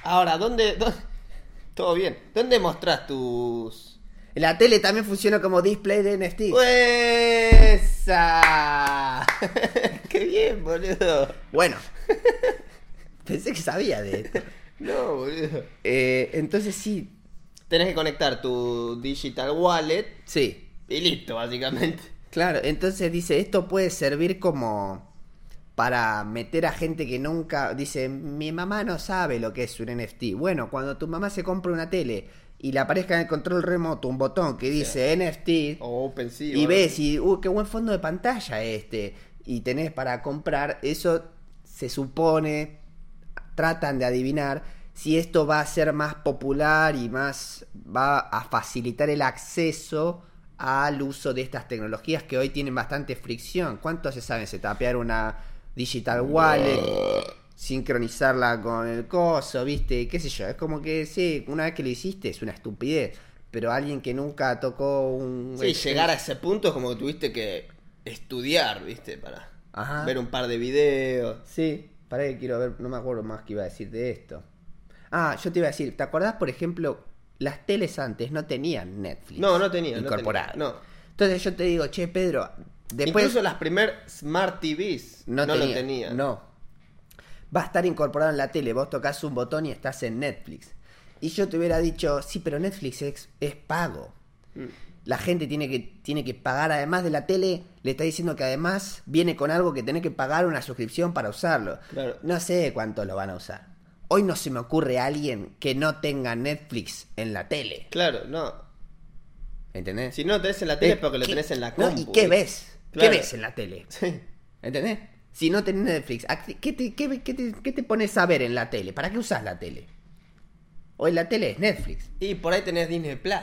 A: Ahora, ¿dónde, dó- Todo bien. ¿Dónde mostrás tus.
B: La tele también funciona como display de NFT.
A: ¡Esa! ¡Qué bien, boludo!
B: Bueno, pensé que sabía de esto.
A: No, boludo.
B: Eh, entonces sí,
A: Tenés que conectar tu digital wallet
B: sí,
A: y listo, básicamente.
B: Claro, entonces dice, esto puede servir como para meter a gente que nunca, dice, mi mamá no sabe lo que es un NFT. Bueno, cuando tu mamá se compra una tele y le aparezca en el control remoto un botón que dice NFT
A: O OpenSea.
B: y
A: o algo
B: ves y, uy, qué buen fondo de pantalla este, y tenés para comprar, eso se supone, tratan de adivinar si esto va a ser más popular y más va a facilitar el acceso al uso de estas tecnologías que hoy tienen bastante fricción. ¿Cuánto se sabe? Se tapear una digital wallet, sincronizarla con el coso, ¿viste? ¿Qué sé yo? Es como que sí, una vez que lo hiciste es una estupidez, pero alguien que nunca tocó un...
A: Sí, llegar a ese punto es como que tuviste que estudiar, ¿viste? Para
B: Ajá.
A: ver un par de videos.
B: Sí, para que quiero ver, no me acuerdo más que iba a decir de esto. Ah, yo te iba a decir, ¿te acordás, por ejemplo, las teles antes no tenían Netflix?
A: No, no tenía. no
B: Incorporado.
A: tenía, No.
B: Entonces yo te digo, che, Pedro, después
A: Incluso las primeras Smart TVs no,
B: no,
A: lo tenían.
B: No. Va a estar incorporado en la tele, vos tocas un botón y estás en Netflix. Y yo te hubiera dicho, sí, pero Netflix es, es pago.
A: Mm.
B: La gente tiene que, tiene que pagar, además de la tele, le está diciendo que además viene con algo que tenés que pagar una suscripción para usarlo.
A: Claro.
B: No sé cuánto lo van a usar. Hoy no se me ocurre a alguien que no tenga Netflix en la tele.
A: Claro, no.
B: ¿Entendés?
A: Si no lo tenés en la tele
B: Eh,
A: es porque lo
B: ¿qué-
A: tenés en la
B: no?
A: compu.
B: ¿Y qué ves?
A: Claro.
B: ¿Qué ves en la tele?
A: Sí.
B: ¿Entendés? Si no tenés Netflix, ¿a qué- ¿qué te, qué- qué te- qué te pones a ver en la tele? ¿Para qué usas la tele? Hoy la tele es Netflix.
A: Y por ahí tenés Disney Plus.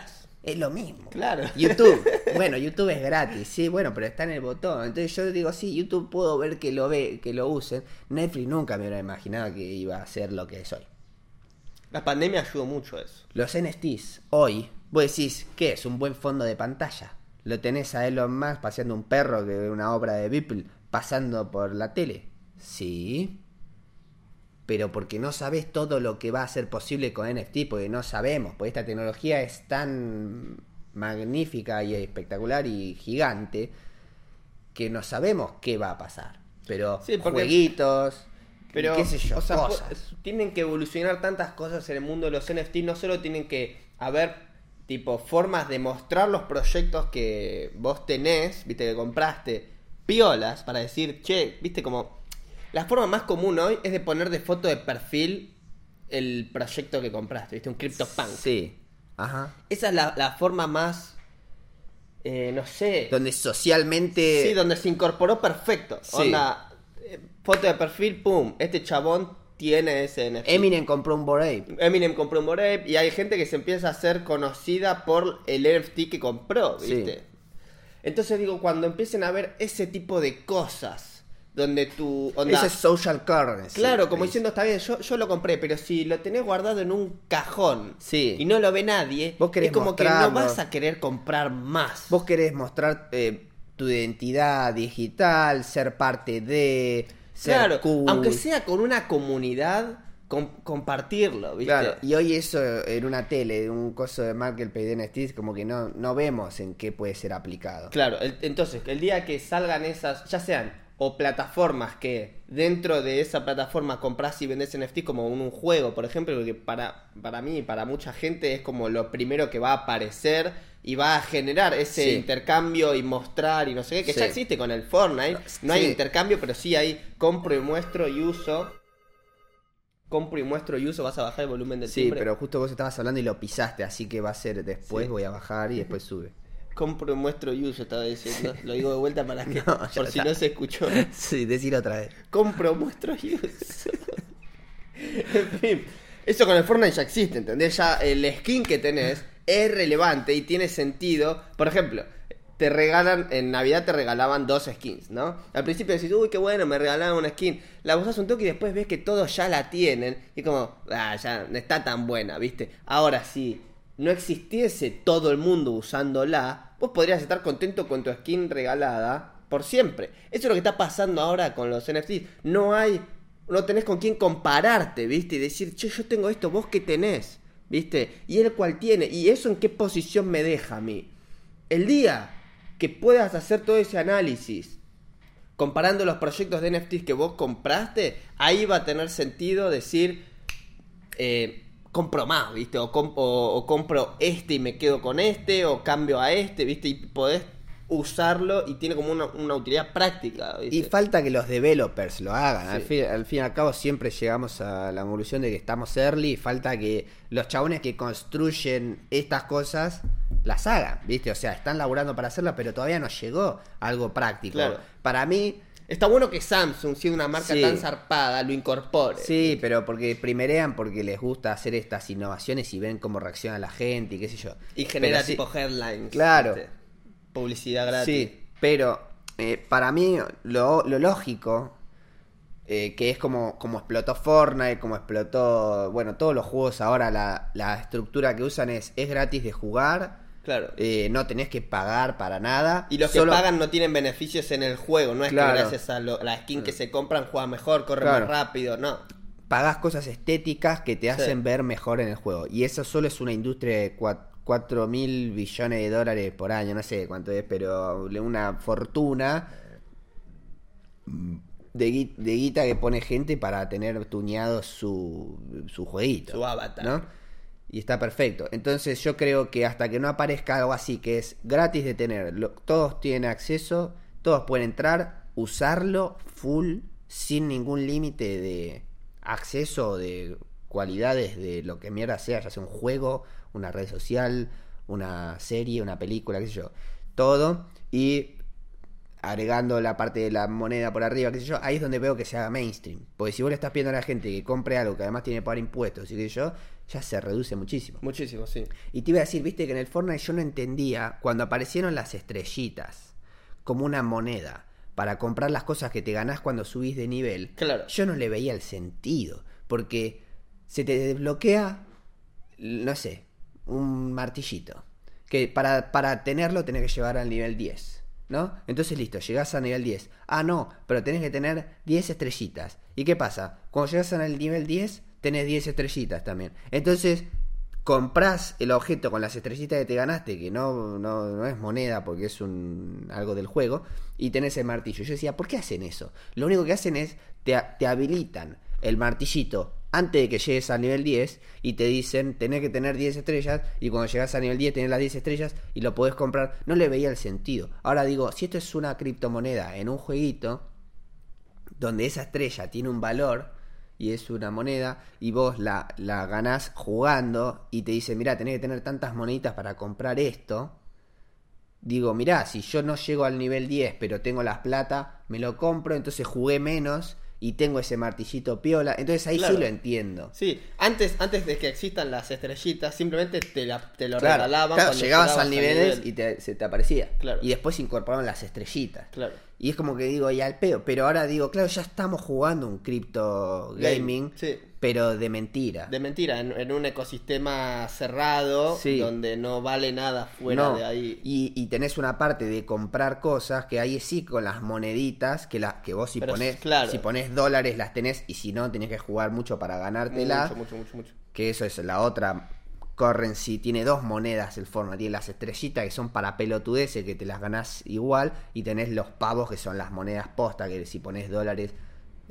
B: Es lo mismo.
A: Claro.
B: YouTube. Bueno, YouTube es gratis, sí, bueno, pero está en el botón. Entonces yo digo, sí, YouTube puedo ver que lo ve, que lo usen. Netflix nunca me hubiera imaginado que iba a ser lo que es hoy.
A: La pandemia ayudó mucho a eso.
B: Los NFTs, hoy, vos decís, ¿qué es? Un buen fondo de pantalla. Lo tenés a Elon Musk paseando un perro que ve una obra de Beeple pasando por la tele. Sí. Pero porque no sabés todo lo que va a ser posible con NFT, porque no sabemos, porque esta tecnología es tan magnífica y espectacular y gigante que no sabemos qué va a pasar. Pero
A: Sí, porque-
B: jueguitos,
A: Pero,
B: qué sé yo,
A: o sea, po-
B: cosas.
A: tienen que evolucionar tantas cosas en el mundo de los NFT. No solo tienen que haber, tipo, formas de mostrar los proyectos que vos tenés, viste, que compraste, piolas, para decir, che, viste, como. La forma más común hoy es de poner de foto de perfil el proyecto que compraste, viste, un CryptoPunk.
B: Sí. Ajá.
A: Esa es la, la forma más. eh, no sé.
B: Donde socialmente.
A: Sí, donde se incorporó perfecto.
B: Eh, Sí.
A: Onda, eh, foto de perfil, pum, este chabón tiene ese NFT.
B: Eminem compró un Bored Ape.
A: Eminem compró un Bored Ape y hay gente que se empieza a ser conocida por el NFT que compró,
B: Sí.
A: ¿viste? Entonces digo, cuando empiecen a ver ese tipo de cosas donde tu onda-
B: Ese es social currency.
A: Claro, como
B: Sí.
A: diciendo, está bien, yo, yo lo compré, pero si lo tenés guardado en un cajón
B: Sí.
A: y no lo ve nadie,
B: Vos querés
A: es como que
B: mostrarlo.
A: no vas a querer comprar más.
B: Vos querés mostrar eh, tu identidad digital, ser parte de. Ser
A: claro,
B: cool.
A: aunque sea con una comunidad, com- compartirlo, ¿viste?
B: Claro, y hoy eso en una tele, un coso de Marketplace de NFTs, como que no, no vemos en qué puede ser aplicado.
A: Claro, el- entonces, el día que salgan esas, ya sean o plataformas que dentro de esa plataforma compras y vendes NFT como un, un juego, por ejemplo, que para, para mí y para mucha gente es como lo primero que va a aparecer y va a generar ese
B: Sí.
A: intercambio y mostrar y no sé qué, que
B: Sí.
A: ya existe con el Fortnite, no hay
B: Sí.
A: intercambio, pero sí hay compro y muestro y uso. Compro y muestro y uso, vas a bajar el volumen del
B: Sí,
A: timbre.
B: pero justo vos estabas hablando y lo pisaste, así que va a ser después,
A: Sí.
B: voy a bajar y después sube.
A: Compro y muestro y uso, estaba diciendo. Lo digo de vuelta para que,
B: No, ya
A: por si
B: está.
A: no se escuchó.
B: Sí, decir otra vez.
A: Compro, muestro y uso. en fin, eso con el Fortnite ya existe, ¿entendés? Ya el skin que tenés es relevante y tiene sentido. Por ejemplo, te regalan, en Navidad te regalaban dos skins, ¿no? Al principio decís, uy, qué bueno, me regalaron una skin. La usás un toque y después ves que todos ya la tienen. Y como, ah, ya no está tan buena, ¿viste? Ahora sí. No existiese todo el mundo usándola, vos podrías estar contento con tu skin regalada por siempre. Eso es lo que está pasando ahora con los NFTs. No hay no tenés con quién compararte, ¿viste? Y decir, che, yo tengo esto, vos qué tenés, ¿viste? Y él cuál tiene, y eso en qué posición me deja a mí. El día que puedas hacer todo ese análisis, comparando los proyectos de NFTs que vos compraste, ahí va a tener sentido decir, eh, compro más, ¿viste? O, com- o- o compro este y me quedo con este, o cambio a este, ¿viste? Y podés usarlo y tiene como una, una utilidad práctica, ¿viste?
B: Y falta que los developers lo hagan. Al,
A: Sí.
B: fin, al fin y al cabo siempre llegamos a la conclusión de que estamos early y falta que los chabones que construyen estas cosas las hagan, ¿viste? O sea, están laburando para hacerlas, pero todavía no llegó algo práctico.
A: Claro.
B: Para mí,
A: Está bueno que Samsung, siendo una marca
B: Sí.
A: tan zarpada, lo incorpore.
B: Sí, pero porque primerean porque les gusta hacer estas innovaciones y ven cómo reacciona la gente y qué sé yo.
A: Y genera
B: Pero sí-
A: tipo headlines.
B: Claro.
A: ¿viste? Publicidad gratis.
B: Sí, pero eh, para mí lo, lo lógico, eh, que es como, como explotó Fortnite, como explotó, bueno, todos los juegos ahora, la, la estructura que usan es, es gratis de jugar,
A: Claro.
B: eh, no tenés que pagar para nada.
A: Y los
B: solo-
A: que pagan no tienen beneficios en el juego. No es
B: Claro. Mm.
A: que gracias a lo- la skin que se compran juega mejor, corre
B: Claro.
A: más rápido. No.
B: Pagás cosas estéticas que te hacen ver mejor en el juego. Y eso solo es una industria de 4 mil billones de dólares por año, no sé cuánto es, pero le- una fortuna de, gui- de guita que pone gente para tener tuneado su, su jueguito.
A: Su avatar.
B: ¿no? Y está perfecto. Entonces yo creo que hasta que no aparezca algo así, que es gratis de tener, lo- todos tienen acceso, todos pueden entrar, usarlo full, sin ningún límite de acceso o de cualidades de lo que mierda sea, ya sea un juego, una red social, una serie, una película, qué sé yo. Todo. Y agregando la parte de la moneda por arriba, qué sé yo, ahí es donde veo que se haga mainstream. Porque si vos le estás pidiendo a la gente que compre algo que además tiene que pagar impuestos y qué sé yo, ya se reduce muchísimo.
A: Muchísimo, sí.
B: Y te iba a decir, viste que en el Fortnite yo no entendía cuando aparecieron las estrellitas como una moneda para comprar las cosas que te ganás cuando subís de nivel.
A: Claro.
B: Yo no le veía el sentido, porque se te desbloquea, no sé, un martillito. Que para, para tenerlo tenés que llevar al nivel 10, ¿no? Entonces listo, llegás al nivel 10. Ah, no, pero tenés que tener 10 estrellitas. ¿Y qué pasa? Cuando llegás al nivel 10, tenés 10 estrellitas también. Entonces, comprás el objeto con las estrellitas que te ganaste, que no, no, no es moneda porque es un algo del juego, y tenés el martillo. Yo decía, ¿por qué hacen eso? Lo único que hacen es, te, ha- te habilitan el martillito antes de que llegues al nivel 10 y te dicen, tenés que tener 10 estrellas, y cuando llegas al nivel 10 tenés las 10 estrellas y lo podés comprar. No le veía el sentido. Ahora digo, si esto es una criptomoneda en un jueguito, donde esa estrella tiene un valor y es una moneda y vos la, la ganás jugando y te dice, mirá, tenés que tener tantas moneditas para comprar esto. Digo, mirá, si yo no llego al nivel 10 pero tengo las plata, me lo compro, entonces jugué menos y tengo ese martillito piola. Entonces ahí
A: Claro.
B: sí lo entiendo.
A: Sí, antes, antes de que existan las estrellitas, simplemente te, la- te lo
B: Claro,
A: regalaban.
B: claro,
A: cuando
B: llegabas al nivel, y
A: nivel.
B: te- se te aparecía.
A: Claro.
B: Y después incorporaron las estrellitas.
A: Claro.
B: Y es como que digo, ya al peo. Pero ahora digo, claro, ya estamos jugando un crypto gaming,
A: Game, sí.
B: pero de mentira.
A: De mentira, en, en un ecosistema cerrado,
B: Sí.
A: donde no vale nada fuera
B: No,
A: de ahí.
B: Y, y tenés una parte de comprar cosas que ahí sí con las moneditas que las que vos si
A: Pero,
B: ponés,
A: claro.
B: si ponés dólares las tenés y si no tenés que jugar mucho para ganártelas.
A: Mucho, mucho, mucho, mucho.
B: Que eso es la otra currency. Tiene dos monedas el forma. Tiene las estrellitas que son para pelotudeces que te las ganás igual. Y tenés los pavos que son las monedas posta que si pones dólares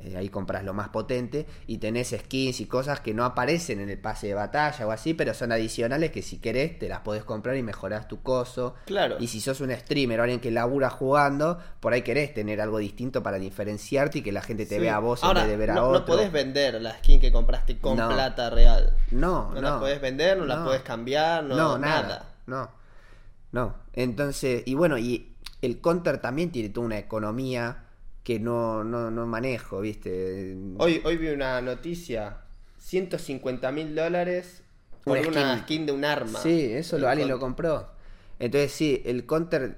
B: eh, ahí compras lo más potente. Y tenés skins y cosas que no aparecen en el pase de batalla o así. Pero son adicionales que si querés te las podés comprar y mejorás tu coso.
A: Claro.
B: Y si sos un streamer o alguien que labura jugando, por ahí querés tener algo distinto para diferenciarte y que la gente te
A: Sí.
B: vea a vos
A: Ahora,
B: en vez de ver a
A: no,
B: otro.
A: No podés vender la skin que compraste con
B: No.
A: plata real.
B: No,
A: No,
B: no.
A: la puedes vender, no, la puedes cambiar, no, nada.
B: No. No. Entonces, y bueno, y el counter también tiene toda una economía que no, no, no manejo, ¿viste?
A: Hoy, hoy vi una noticia: 150 mil dólares por
B: Una
A: una,
B: skin.
A: skin. de un arma.
B: Sí, eso lo,
A: El
B: alguien lo
A: con-
B: compró. Entonces, sí, el counter.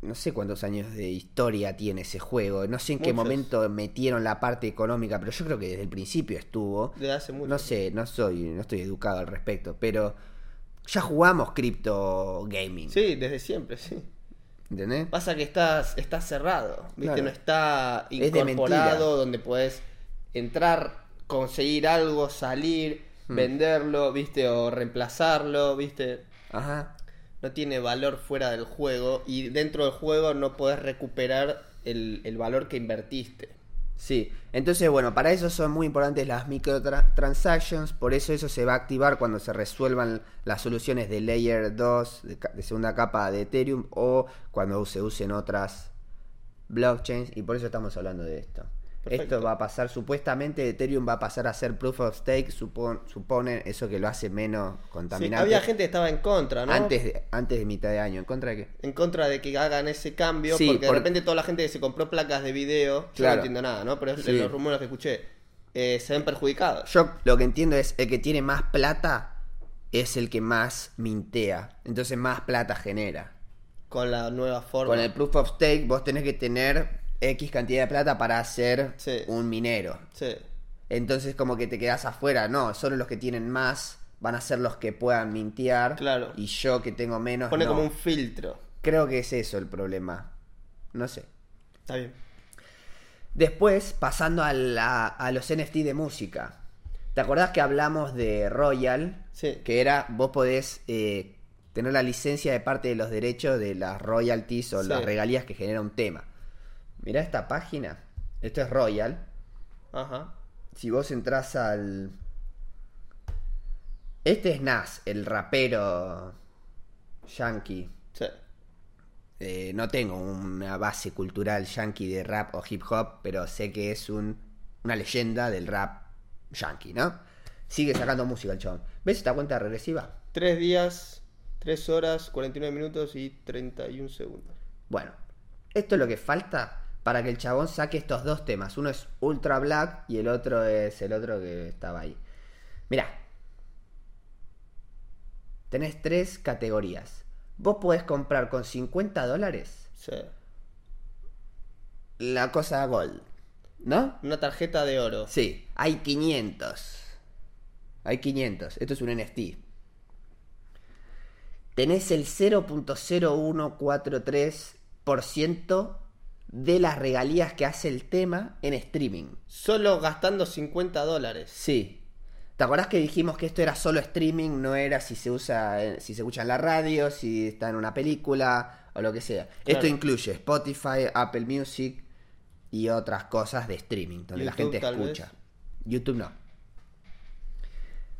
B: No sé cuántos años de historia tiene ese juego. No sé en qué
A: Muchos.
B: momento metieron la parte económica, pero yo creo que desde el principio estuvo.
A: Desde hace mucho.
B: No sé, no soy, no estoy educado al respecto, pero ya jugamos crypto gaming.
A: Sí, desde siempre, sí.
B: ¿Entendés?
A: Pasa que estás, está cerrado, ¿viste?
B: Claro.
A: No está
B: Es de mentira.
A: incorporado donde puedes entrar, conseguir algo, salir,
B: Mm.
A: venderlo, ¿viste? O reemplazarlo, ¿viste?
B: Ajá.
A: No tiene valor fuera del juego y dentro del juego no podés recuperar el, el valor que invertiste.
B: Sí, entonces bueno, para eso son muy importantes las microtransactions, por eso eso se va a activar cuando se resuelvan las soluciones de Layer 2, de, ca- de segunda capa de Ethereum o cuando se usen otras blockchains y por eso estamos hablando de esto.
A: Perfecto.
B: Esto va a pasar, supuestamente Ethereum va a pasar a ser proof of stake, supon- supone eso que lo hace menos
A: Sí,
B: contaminante.
A: había gente que estaba en contra, ¿no?
B: antes, de, antes de mitad de año, ¿en contra de qué?
A: En contra de que hagan ese cambio,
B: Sí,
A: porque
B: por-
A: de repente toda la gente que se compró placas de video, yo
B: Claro.
A: no entiendo nada, ¿no? Pero es de
B: Sí.
A: los rumores que escuché, eh, se ven perjudicados.
B: Yo lo que entiendo es el que tiene más plata es el que más mintea. Entonces más plata genera.
A: Con la nueva forma.
B: Con el proof of stake vos tenés que tener X cantidad de plata para hacer
A: Sí.
B: un minero.
A: Sí,
B: Entonces como que te quedás afuera. No, solo los que tienen más van a ser los que puedan mintear.
A: Claro.
B: Y yo que tengo menos.
A: pone
B: Ah, no.
A: como un filtro.
B: Creo que es eso el problema. No sé.
A: Está bien.
B: Después, pasando a, la- a los NFT de música. ¿Te acordás que hablamos de Royal?
A: Sí.
B: Que era, vos podés eh, tener la licencia de parte de los derechos de las royalties o
A: Sí.
B: las regalías que genera un tema. Mirá esta página. Esto es Royal.
A: Ajá.
B: Si vos entrás al... Este es Nas, el rapero yankee.
A: Sí.
B: Eh, no tengo una base cultural yankee de rap o hip hop, pero sé que es un- una leyenda del rap yankee, ¿no? Sigue sacando música el chabón. ¿Ves esta cuenta regresiva?
A: Tres días, tres horas, 49 minutos y 31 segundos.
B: Bueno, esto es lo que falta para que el chabón saque estos dos temas. Uno es Ultra Black y el otro es el otro que estaba ahí. Mirá. Tenés tres categorías. Vos podés comprar con 50 dólares
A: Sí.
B: la cosa Gold, ¿no?
A: Una tarjeta de oro.
B: Sí, hay 500. Hay 500. Esto es un NFT. Tenés el 0.0143% de las regalías que hace el tema en streaming.
A: Solo gastando 50 dólares.
B: Sí. ¿Te acordás que dijimos que esto era solo streaming? No era si se usa, eh, si se escucha en la radio, si está en una película o lo que sea. Esto
A: Claro.
B: incluye Spotify, Apple Music y otras cosas de streaming, donde la
A: YouTube,
B: gente
A: tal
B: escucha.
A: vez.
B: YouTube no.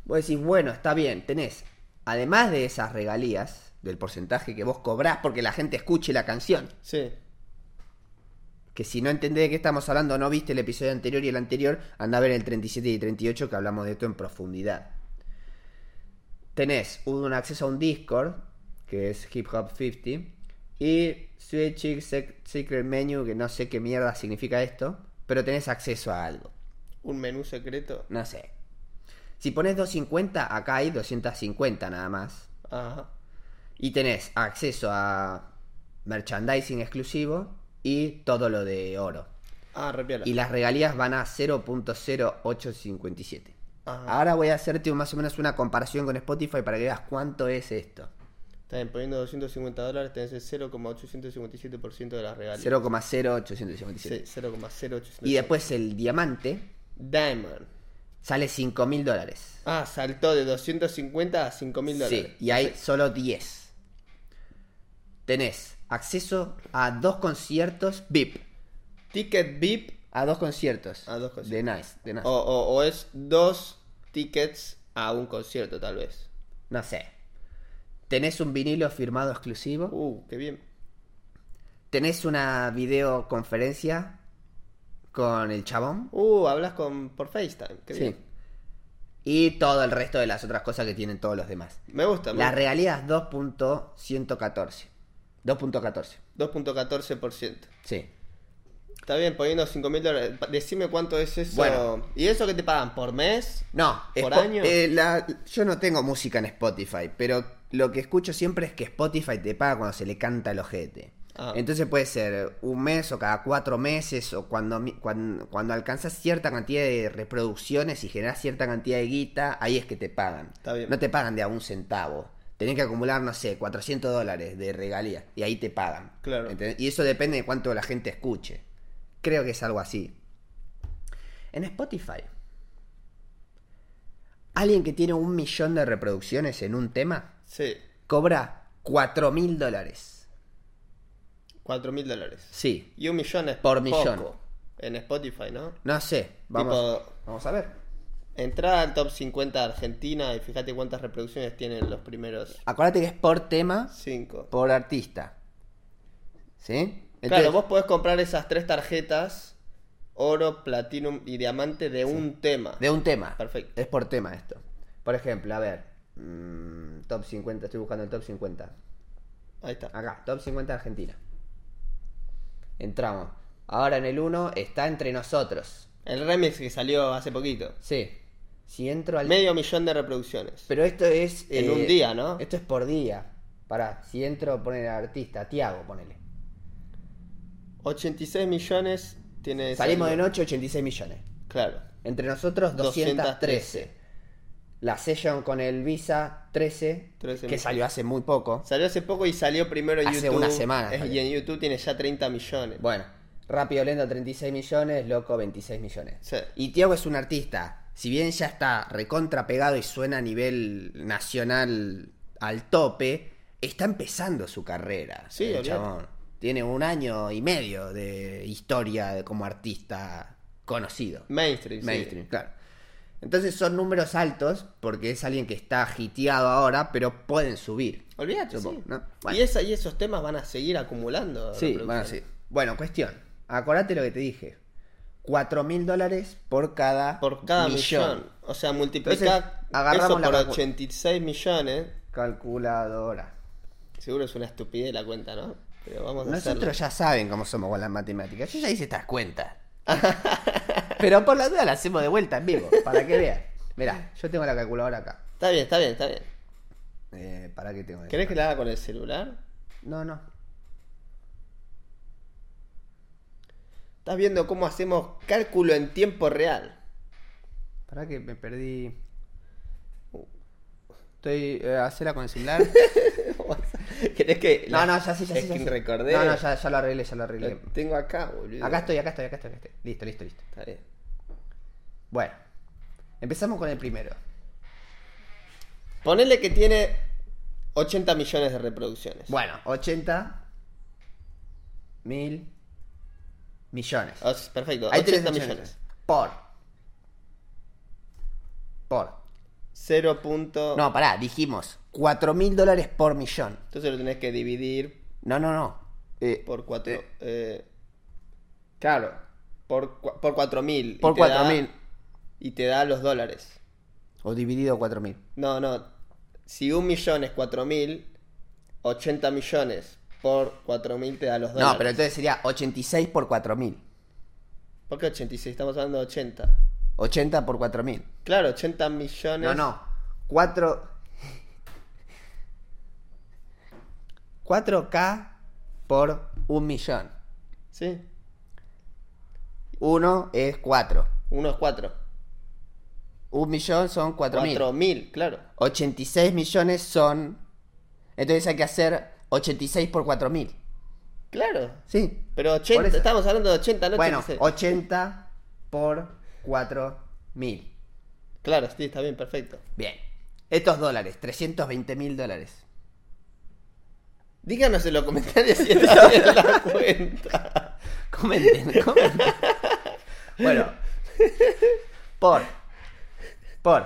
B: Vos decís, bueno, está bien, tenés, además de esas regalías, del porcentaje que vos cobrás porque la gente escuche la canción,
A: Sí.
B: que si no entendés de qué estamos hablando, no viste el episodio anterior y el anterior, anda a ver el 37 y 38 que hablamos de esto en profundidad. Tenés un acceso a un Discord, que es Hip Hop 50, y Sweet Chick Sec- Secret Menu, que no sé qué mierda significa esto. pero tenés acceso a algo.
A: Un menú secreto.
B: No sé. Si pones 250, acá hay 250 nada más.
A: Ajá.
B: Y tenés acceso a merchandising exclusivo y todo lo de oro.
A: Ah, repiola.
B: Y las regalías van a 0.0857.
A: Ajá.
B: Ahora voy a hacerte más o menos una comparación con Spotify para que veas cuánto es esto.
A: También poniendo 250 dólares tenés el 0,857% de las regalías.
B: 0,0857.
A: Sí, 0,0857.
B: Y después el diamante
A: Diamond.
B: sale 5 mil dólares.
A: Ah, saltó de 250 a 5000 dólares.
B: Sí, y hay solo 10. Tenés acceso a dos conciertos VIP.
A: Ticket VIP
B: A dos conciertos.
A: A dos conciertos. Oh.
B: De Nice. De Nice.
A: o, o- o es dos tickets a un concierto, tal vez.
B: No sé. Tenés un vinilo firmado exclusivo.
A: Uh, qué bien.
B: Tenés una videoconferencia con el chabón.
A: Uh, hablas con por FaceTime. Qué
B: Sí.
A: bien.
B: Y todo el resto de las otras cosas que tienen todos los demás.
A: Me gusta. me
B: Las
A: gusta.
B: regalías 2.114. 2.14.
A: 2.14%.
B: Sí.
A: Está bien, poniendo 5000 dólares. Pa- Decime cuánto es eso.
B: Bueno.
A: ¿Y eso que te pagan por mes?
B: No,
A: ¿Por
B: Spo-
A: año?
B: eh, la- yo no tengo música en Spotify, pero lo que escucho siempre es que Spotify te paga cuando se le canta el ojete.
A: Ah.
B: Entonces puede ser un mes o cada cuatro meses o cuando, mi- cuando, cuando alcanzas cierta cantidad de reproducciones y generas cierta cantidad de guita, ahí es que te pagan.
A: Está bien.
B: No te pagan de a un centavo. Tenés que acumular, no sé, 400 dólares de regalía y ahí te pagan.
A: Claro.
B: ¿Entendés? Y eso depende de cuánto la gente escuche. Creo que es algo así. En Spotify. Alguien que tiene un millón de reproducciones en un tema
A: Sí,
B: cobra 4 mil dólares.
A: 4000 dólares.
B: Sí,
A: Y un millón es
B: Por
A: poco
B: millón.
A: En Spotify, ¿no?
B: no sé. Vamos,
A: Tipo-
B: vamos a ver.
A: Entrada al top 50 de Argentina y fíjate cuántas reproducciones tienen los primeros
B: Acuérdate que es por tema,
A: 5.
B: por artista. ¿Sí?
A: Claro,
B: Entonces,
A: vos podés comprar esas tres tarjetas, oro, platinum y diamante de un tema.
B: De un tema.
A: Perfecto.
B: Es por tema esto. Por ejemplo, a ver. mm, top 50, estoy buscando el top 50.
A: Ahí está.
B: Acá, top 50 de Argentina. Entramos. Ahora en el 1 está entre nosotros.
A: El remix que salió hace poquito.
B: Sí. Si entro al.
A: Medio millón de reproducciones.
B: Pero esto es. eh,
A: En un día, ¿no?
B: Esto es por día. Pará, si entro, ponele al artista, Tiago, ponele.
A: 86 millones tiene...
B: Salimos de
A: salida.
B: noche, 86 millones.
A: Claro.
B: Entre nosotros, 213.
A: 213.
B: La session con el Visa, 13.
A: 13
B: que
A: millones.
B: salió hace muy poco.
A: Salió hace poco y salió primero en
B: Hace
A: YouTube.
B: una semana
A: Es- Y
B: salió.
A: en YouTube tiene ya 30 millones.
B: Bueno, Rápido Lento 36 millones, Loco 26 millones.
A: Sí.
B: Y Tiago es un artista, si bien ya está recontra pegado y suena a nivel nacional al tope, está empezando su carrera.
A: Sí,
B: el
A: olvidate.
B: chabón. Tiene un año y medio de historia de- como artista conocido.
A: Mainstream, sí.
B: Mainstream, claro. Entonces son números altos porque es alguien que está hiteado ahora, pero pueden subir.
A: Olvídate,
B: Supongo,
A: sí.
B: ¿no? Bueno.
A: Y, esa, y esos temas van a seguir acumulando.
B: Sí,
A: reproducciones.
B: bueno, sí. Bueno, cuestión. Acordate lo que te dije. 4 mil dólares por cada,
A: Por cada millón. O sea,
B: Entonces,
A: multiplicar
B: agarramos
A: eso
B: la
A: por
B: calcu-
A: 86 millones.
B: Calculadora.
A: Seguro es una estupidez la cuenta, ¿no? Pero vamos a hacerlo.
B: Nosotros ya saben cómo somos con las matemáticas. Yo ya hice estas cuentas. Pero por la duda las hacemos de vuelta en vivo, para que vean. Mirá, yo tengo la calculadora acá.
A: Está bien, está bien, está bien.
B: Eh, ¿Para qué tengo?
A: ¿Querés que la haga con el celular?
B: No, no.
A: Estás viendo cómo hacemos cálculo en tiempo real.
B: ¿Para que me perdí? Estoy... Eh, ¿Hacela con el celular?
A: ¿Querés que.?
B: no,
A: la-
B: no, ya sí, ya sí.
A: es
B: ya
A: que
B: sí.
A: recordé.
B: No, no, ya, ya lo arreglé, ya lo
A: Lo
B: arreglé.
A: tengo acá, boludo.
B: Acá estoy, acá estoy, acá estoy, acá estoy. Listo, listo, listo.
A: Está bien.
B: Bueno, empezamos con el primero.
A: Ponele que tiene 80 millones de reproducciones.
B: Bueno, 80 mil millones.
A: Ah, sí, perfecto,
B: Ahí tenés
A: 80
B: millones.
A: millones.
B: Por. Por.
A: 0. Punto...
B: No, pará, dijimos 4 mil dólares por millón.
A: Entonces lo tenés que dividir
B: No, no, no. Eh,
A: por 4.
B: Eh.
A: claro. Por, cua- por 4.000. y
B: Por
A: te da-
B: 4.000.
A: Y te da los dólares.
B: o dividido 4 mil.
A: No, no. Si un millón es 4.000, 80 millones por 4.000 te da los
B: No,
A: dólares.
B: pero entonces sería 86 por 4 mil.
A: ¿Por qué 86? Estamos hablando de 80.
B: 80 por 4000.
A: Claro, 80 millones.
B: No, no. 4. 4K por un millón.
A: Sí.
B: 1 es 4.
A: Uno es 4.
B: Un millón son 4000.
A: 4000, claro.
B: 86 millones son. Entonces hay que hacer 86 por 4000.
A: Claro.
B: Sí.
A: Pero
B: Por
A: 80,
B: eso.
A: estamos hablando de 80, no
B: Bueno,
A: 86.
B: 80 por 4000.
A: Claro, sí, está bien, perfecto.
B: Bien. Estos dólares, 320 mil dólares.
A: Díganos en los comentarios si está bien la cuenta.
B: Comenten, comenten. Bueno, por. Por.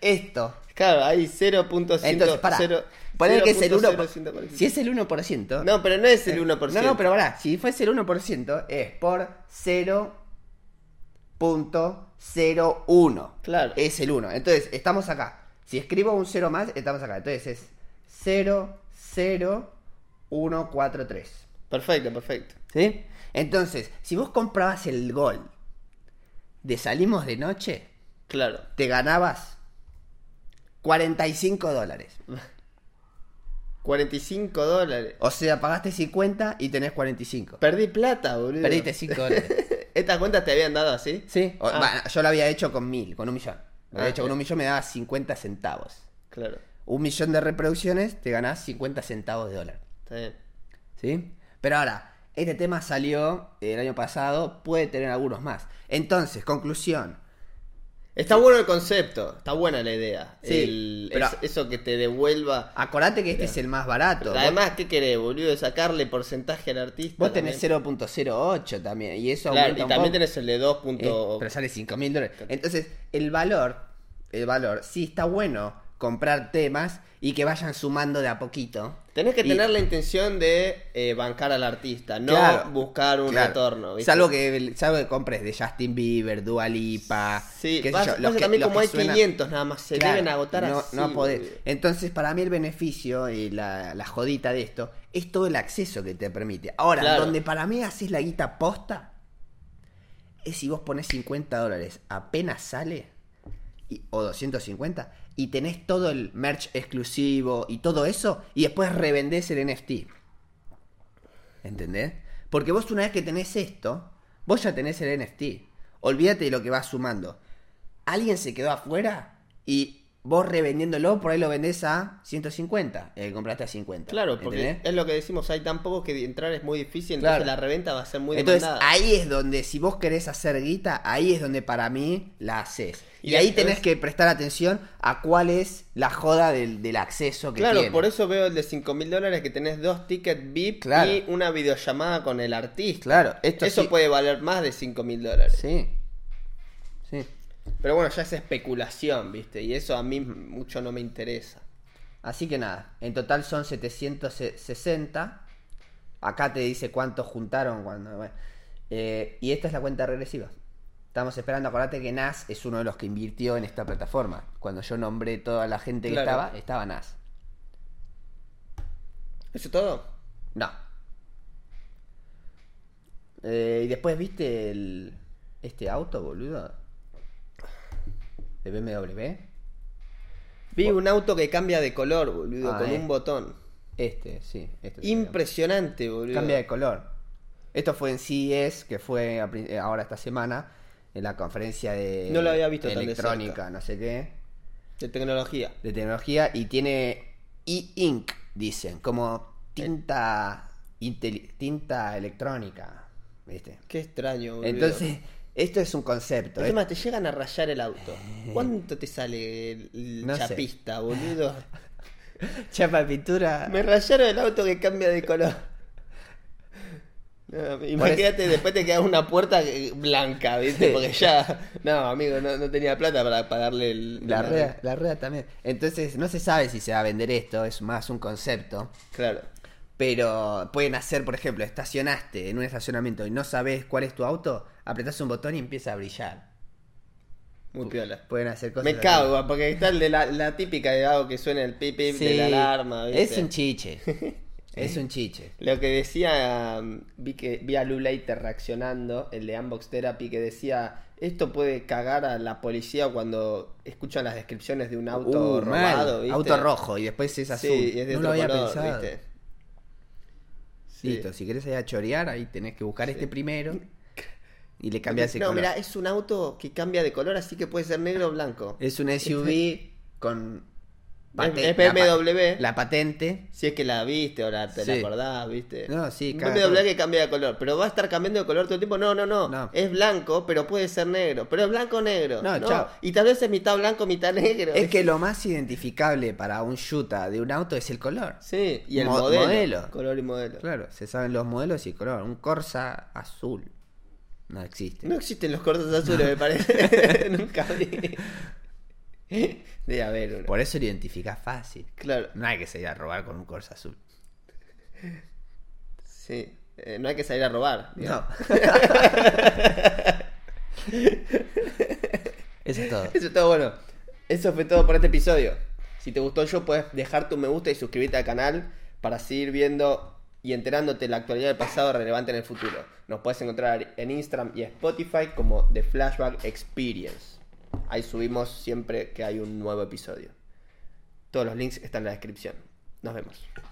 B: Esto.
A: Claro, hay 0.100.
B: Entonces, pará.
A: cero-
B: Poner que es el 1.
A: 0.0145.
B: Si es el 1%.
A: No, pero no es el 1%.
B: Eh, No, no, pero pará. Si fuese el 1%, es por 0.01.
A: Claro.
B: Es el 1. Entonces, estamos acá. Si escribo un 0 más, estamos acá. Entonces es 00143.
A: Perfecto, perfecto.
B: ¿Sí? Entonces, si vos comprabas el gol de salimos de noche,
A: Claro.
B: te ganabas 45 dólares.
A: 45 dólares.
B: O sea, pagaste 50 y tenés 45.
A: Perdí plata, boludo.
B: Perdiste 5 dólares.
A: ¿Estas cuentas te habían dado así?
B: Sí, o-
A: Ah.
B: bueno, yo lo había hecho con mil, con un millón. Lo había
A: Ah,
B: hecho con
A: bien.
B: un millón, me daba 50 centavos.
A: Claro,
B: Un millón de reproducciones, te ganás 50 centavos de dólar.
A: está bien.
B: ¿Sí? Pero ahora, este tema salió eh, el año pasado, puede tener algunos más. Entonces, conclusión.
A: Está bueno el concepto, está buena la idea.
B: Sí,
A: El-
B: pero-
A: es- eso que te devuelva.
B: Acordate que este es el más barato. Vos-
A: Además, ¿qué querés, boludo? Sacarle porcentaje al artista.
B: Vos tenés
A: también.
B: 0.08 también, y eso
A: Claro, y
B: aumenta un
A: también
B: poco,
A: tenés el de
B: ¿eh?
A: 2.
B: Pero sale 5 mil dólares. Entonces, el valor, el valor, sí está bueno comprar temas y que vayan sumando de a poquito.
A: Tenés que
B: Y-
A: tener la intención de eh, bancar al artista, no
B: Claro,
A: buscar un
B: claro.
A: retorno. ¿viste?
B: Salvo que, salvo que compres de Justin Bieber, Dua Lipa,
A: Sí,
B: qué sé
A: pasa-
B: yo,
A: pasa
B: que-
A: también como
B: que
A: hay
B: suenan-
A: 500 nada más, se
B: Claro,
A: deben agotar
B: no,
A: así.
B: No podés.
A: boludo.
B: Entonces, para mí el beneficio y la, la jodita de esto es todo el acceso que te permite. Ahora,
A: Claro.
B: donde para mí haces la guita posta es si vos pones 50 dólares, apenas sale, y- o 250, y tenés todo el merch exclusivo y todo eso, y después revendés el NFT. ¿Entendés? Porque vos una vez que tenés esto, vos ya tenés el NFT. Olvídate de lo que vas sumando. Alguien se quedó afuera y vos revendiéndolo, por ahí lo vendés a 150. El que compraste a 50.
A: Claro, porque
B: ¿entendés?
A: es lo que decimos, hay tan pocos que entrar es muy difícil, entonces
B: Claro.
A: la reventa va a ser muy
B: Entonces
A: demandada.
B: ahí es donde, si vos querés hacer guita, ahí es donde para mí la haces. Y,
A: Y
B: ahí
A: después-
B: tenés que prestar atención a cuál es la joda del, del acceso que
A: Claro,
B: tiene.
A: por eso veo el de 5 mil dólares que tenés dos tickets VIP
B: Claro.
A: y una videollamada con el artista.
B: Claro, esto
A: Eso
B: sí-
A: puede valer más de 5 mil dólares.
B: Sí. Sí.
A: Pero bueno, ya es especulación, ¿viste? Y eso a mí mucho no me interesa.
B: Así que nada, en total son 760. Acá te dice cuántos juntaron cuando. bueno. Eh, y esta es la cuenta regresiva. Estamos esperando, acordate que Nas es uno de los que invirtió en esta plataforma. Cuando yo nombré toda la gente que
A: Claro.
B: estaba, estaba Nas.
A: ¿Eso todo?
B: No. Eh, y después viste el, este auto, boludo. De BMW.
A: Vi un auto que cambia de color, boludo,
B: Ah,
A: con
B: eh.
A: un botón.
B: Este, sí. Este es el auto.
A: Impresionante, boludo.
B: Cambia de color. Esto fue en CES, que fue a prin- eh, ahora esta semana, en la conferencia de
A: No lo había visto tan de
B: electrónica,
A: cerca.
B: no sé qué,
A: De tecnología.
B: de tecnología, y tiene e-ink, dicen, como tinta, intel- tinta electrónica, ¿viste?
A: Qué extraño, boludo.
B: Entonces, esto es un concepto. ¿eh?
A: Es
B: es-
A: más, te llegan a rayar el auto. ¿Cuánto te sale el, el
B: No sé.
A: chapista, boludo?
B: chapa de pintura.
A: Me rayaron el auto que cambia de color. No, imagínate, después te queda una puerta que- blanca, ¿viste?
B: Sí.
A: Porque ya. No, amigo, no, no tenía plata para pagarle el.
B: La rea, la rea también. Entonces, no se sabe si se va a vender esto, es más un concepto.
A: Claro.
B: Pero pueden hacer, por ejemplo, estacionaste en un estacionamiento y no sabes cuál es tu auto, apretás un botón y empieza a brillar.
A: Muy piola.
B: Pueden hacer cosas.
A: Me
B: así.
A: cago, porque está el de la, la típica de algo que suena el pip pip
B: Sí,
A: de la alarma, ¿viste?
B: Es un chiche. Es un chiche.
A: Lo que decía, um, vi, que, vi a Lou Leiter reaccionando, el de Unbox Therapy, que decía, esto puede cagar a la policía cuando escuchan las descripciones de un auto
B: Uh, mal.
A: robado, ¿viste?
B: Auto rojo y después es azul.
A: Sí, y es de
B: no
A: otro
B: lo había
A: color,
B: pensado.
A: ¿viste? Sí.
B: Listo, si querés ir a chorear, ahí tenés que buscar este primero y le cambiás el
A: No,
B: color.
A: mira, es un auto que cambia de color, así que puede ser negro o blanco.
B: Es un SUV con paten-
A: este Es BMW.
B: La, pa- la patente.
A: Si es que la viste, ahora te la
B: Sí.
A: acordás, viste.
B: No, sí,
A: Un
B: cada
A: BMW
B: cosa.
A: que cambia de color, pero va a estar cambiando de color todo el tiempo. No, no, no.
B: No.
A: Es blanco, pero puede ser negro. Pero es blanco o negro.
B: No, chao.
A: Y tal vez es mitad blanco, mitad negro.
B: Es que lo más identificable para un Yuta de un auto es el color.
A: Sí, y el
B: Mo-
A: modelo,
B: modelo.
A: Color y modelo.
B: Claro, se saben los modelos y el color. Un Corsa azul no existe.
A: No existen los cortos azules, me parece. Nunca vi. Debe haber uno.
B: Por eso lo identificás fácil.
A: Claro,
B: No hay que salir a robar con un Corsa azul.
A: sí. Eh, no hay que salir a robar. digamos.
B: No. Eso es todo.
A: Eso es todo bueno. Eso fue todo por este episodio. Si te gustó yo, puedes dejar tu me gusta y suscribirte al canal para seguir viendo y enterándote de la actualidad del pasado relevante en el futuro. Nos puedes encontrar en Instagram y Spotify como The Flashback Experience. Ahí subimos siempre que hay un nuevo episodio. Todos los links están en la descripción. Nos vemos.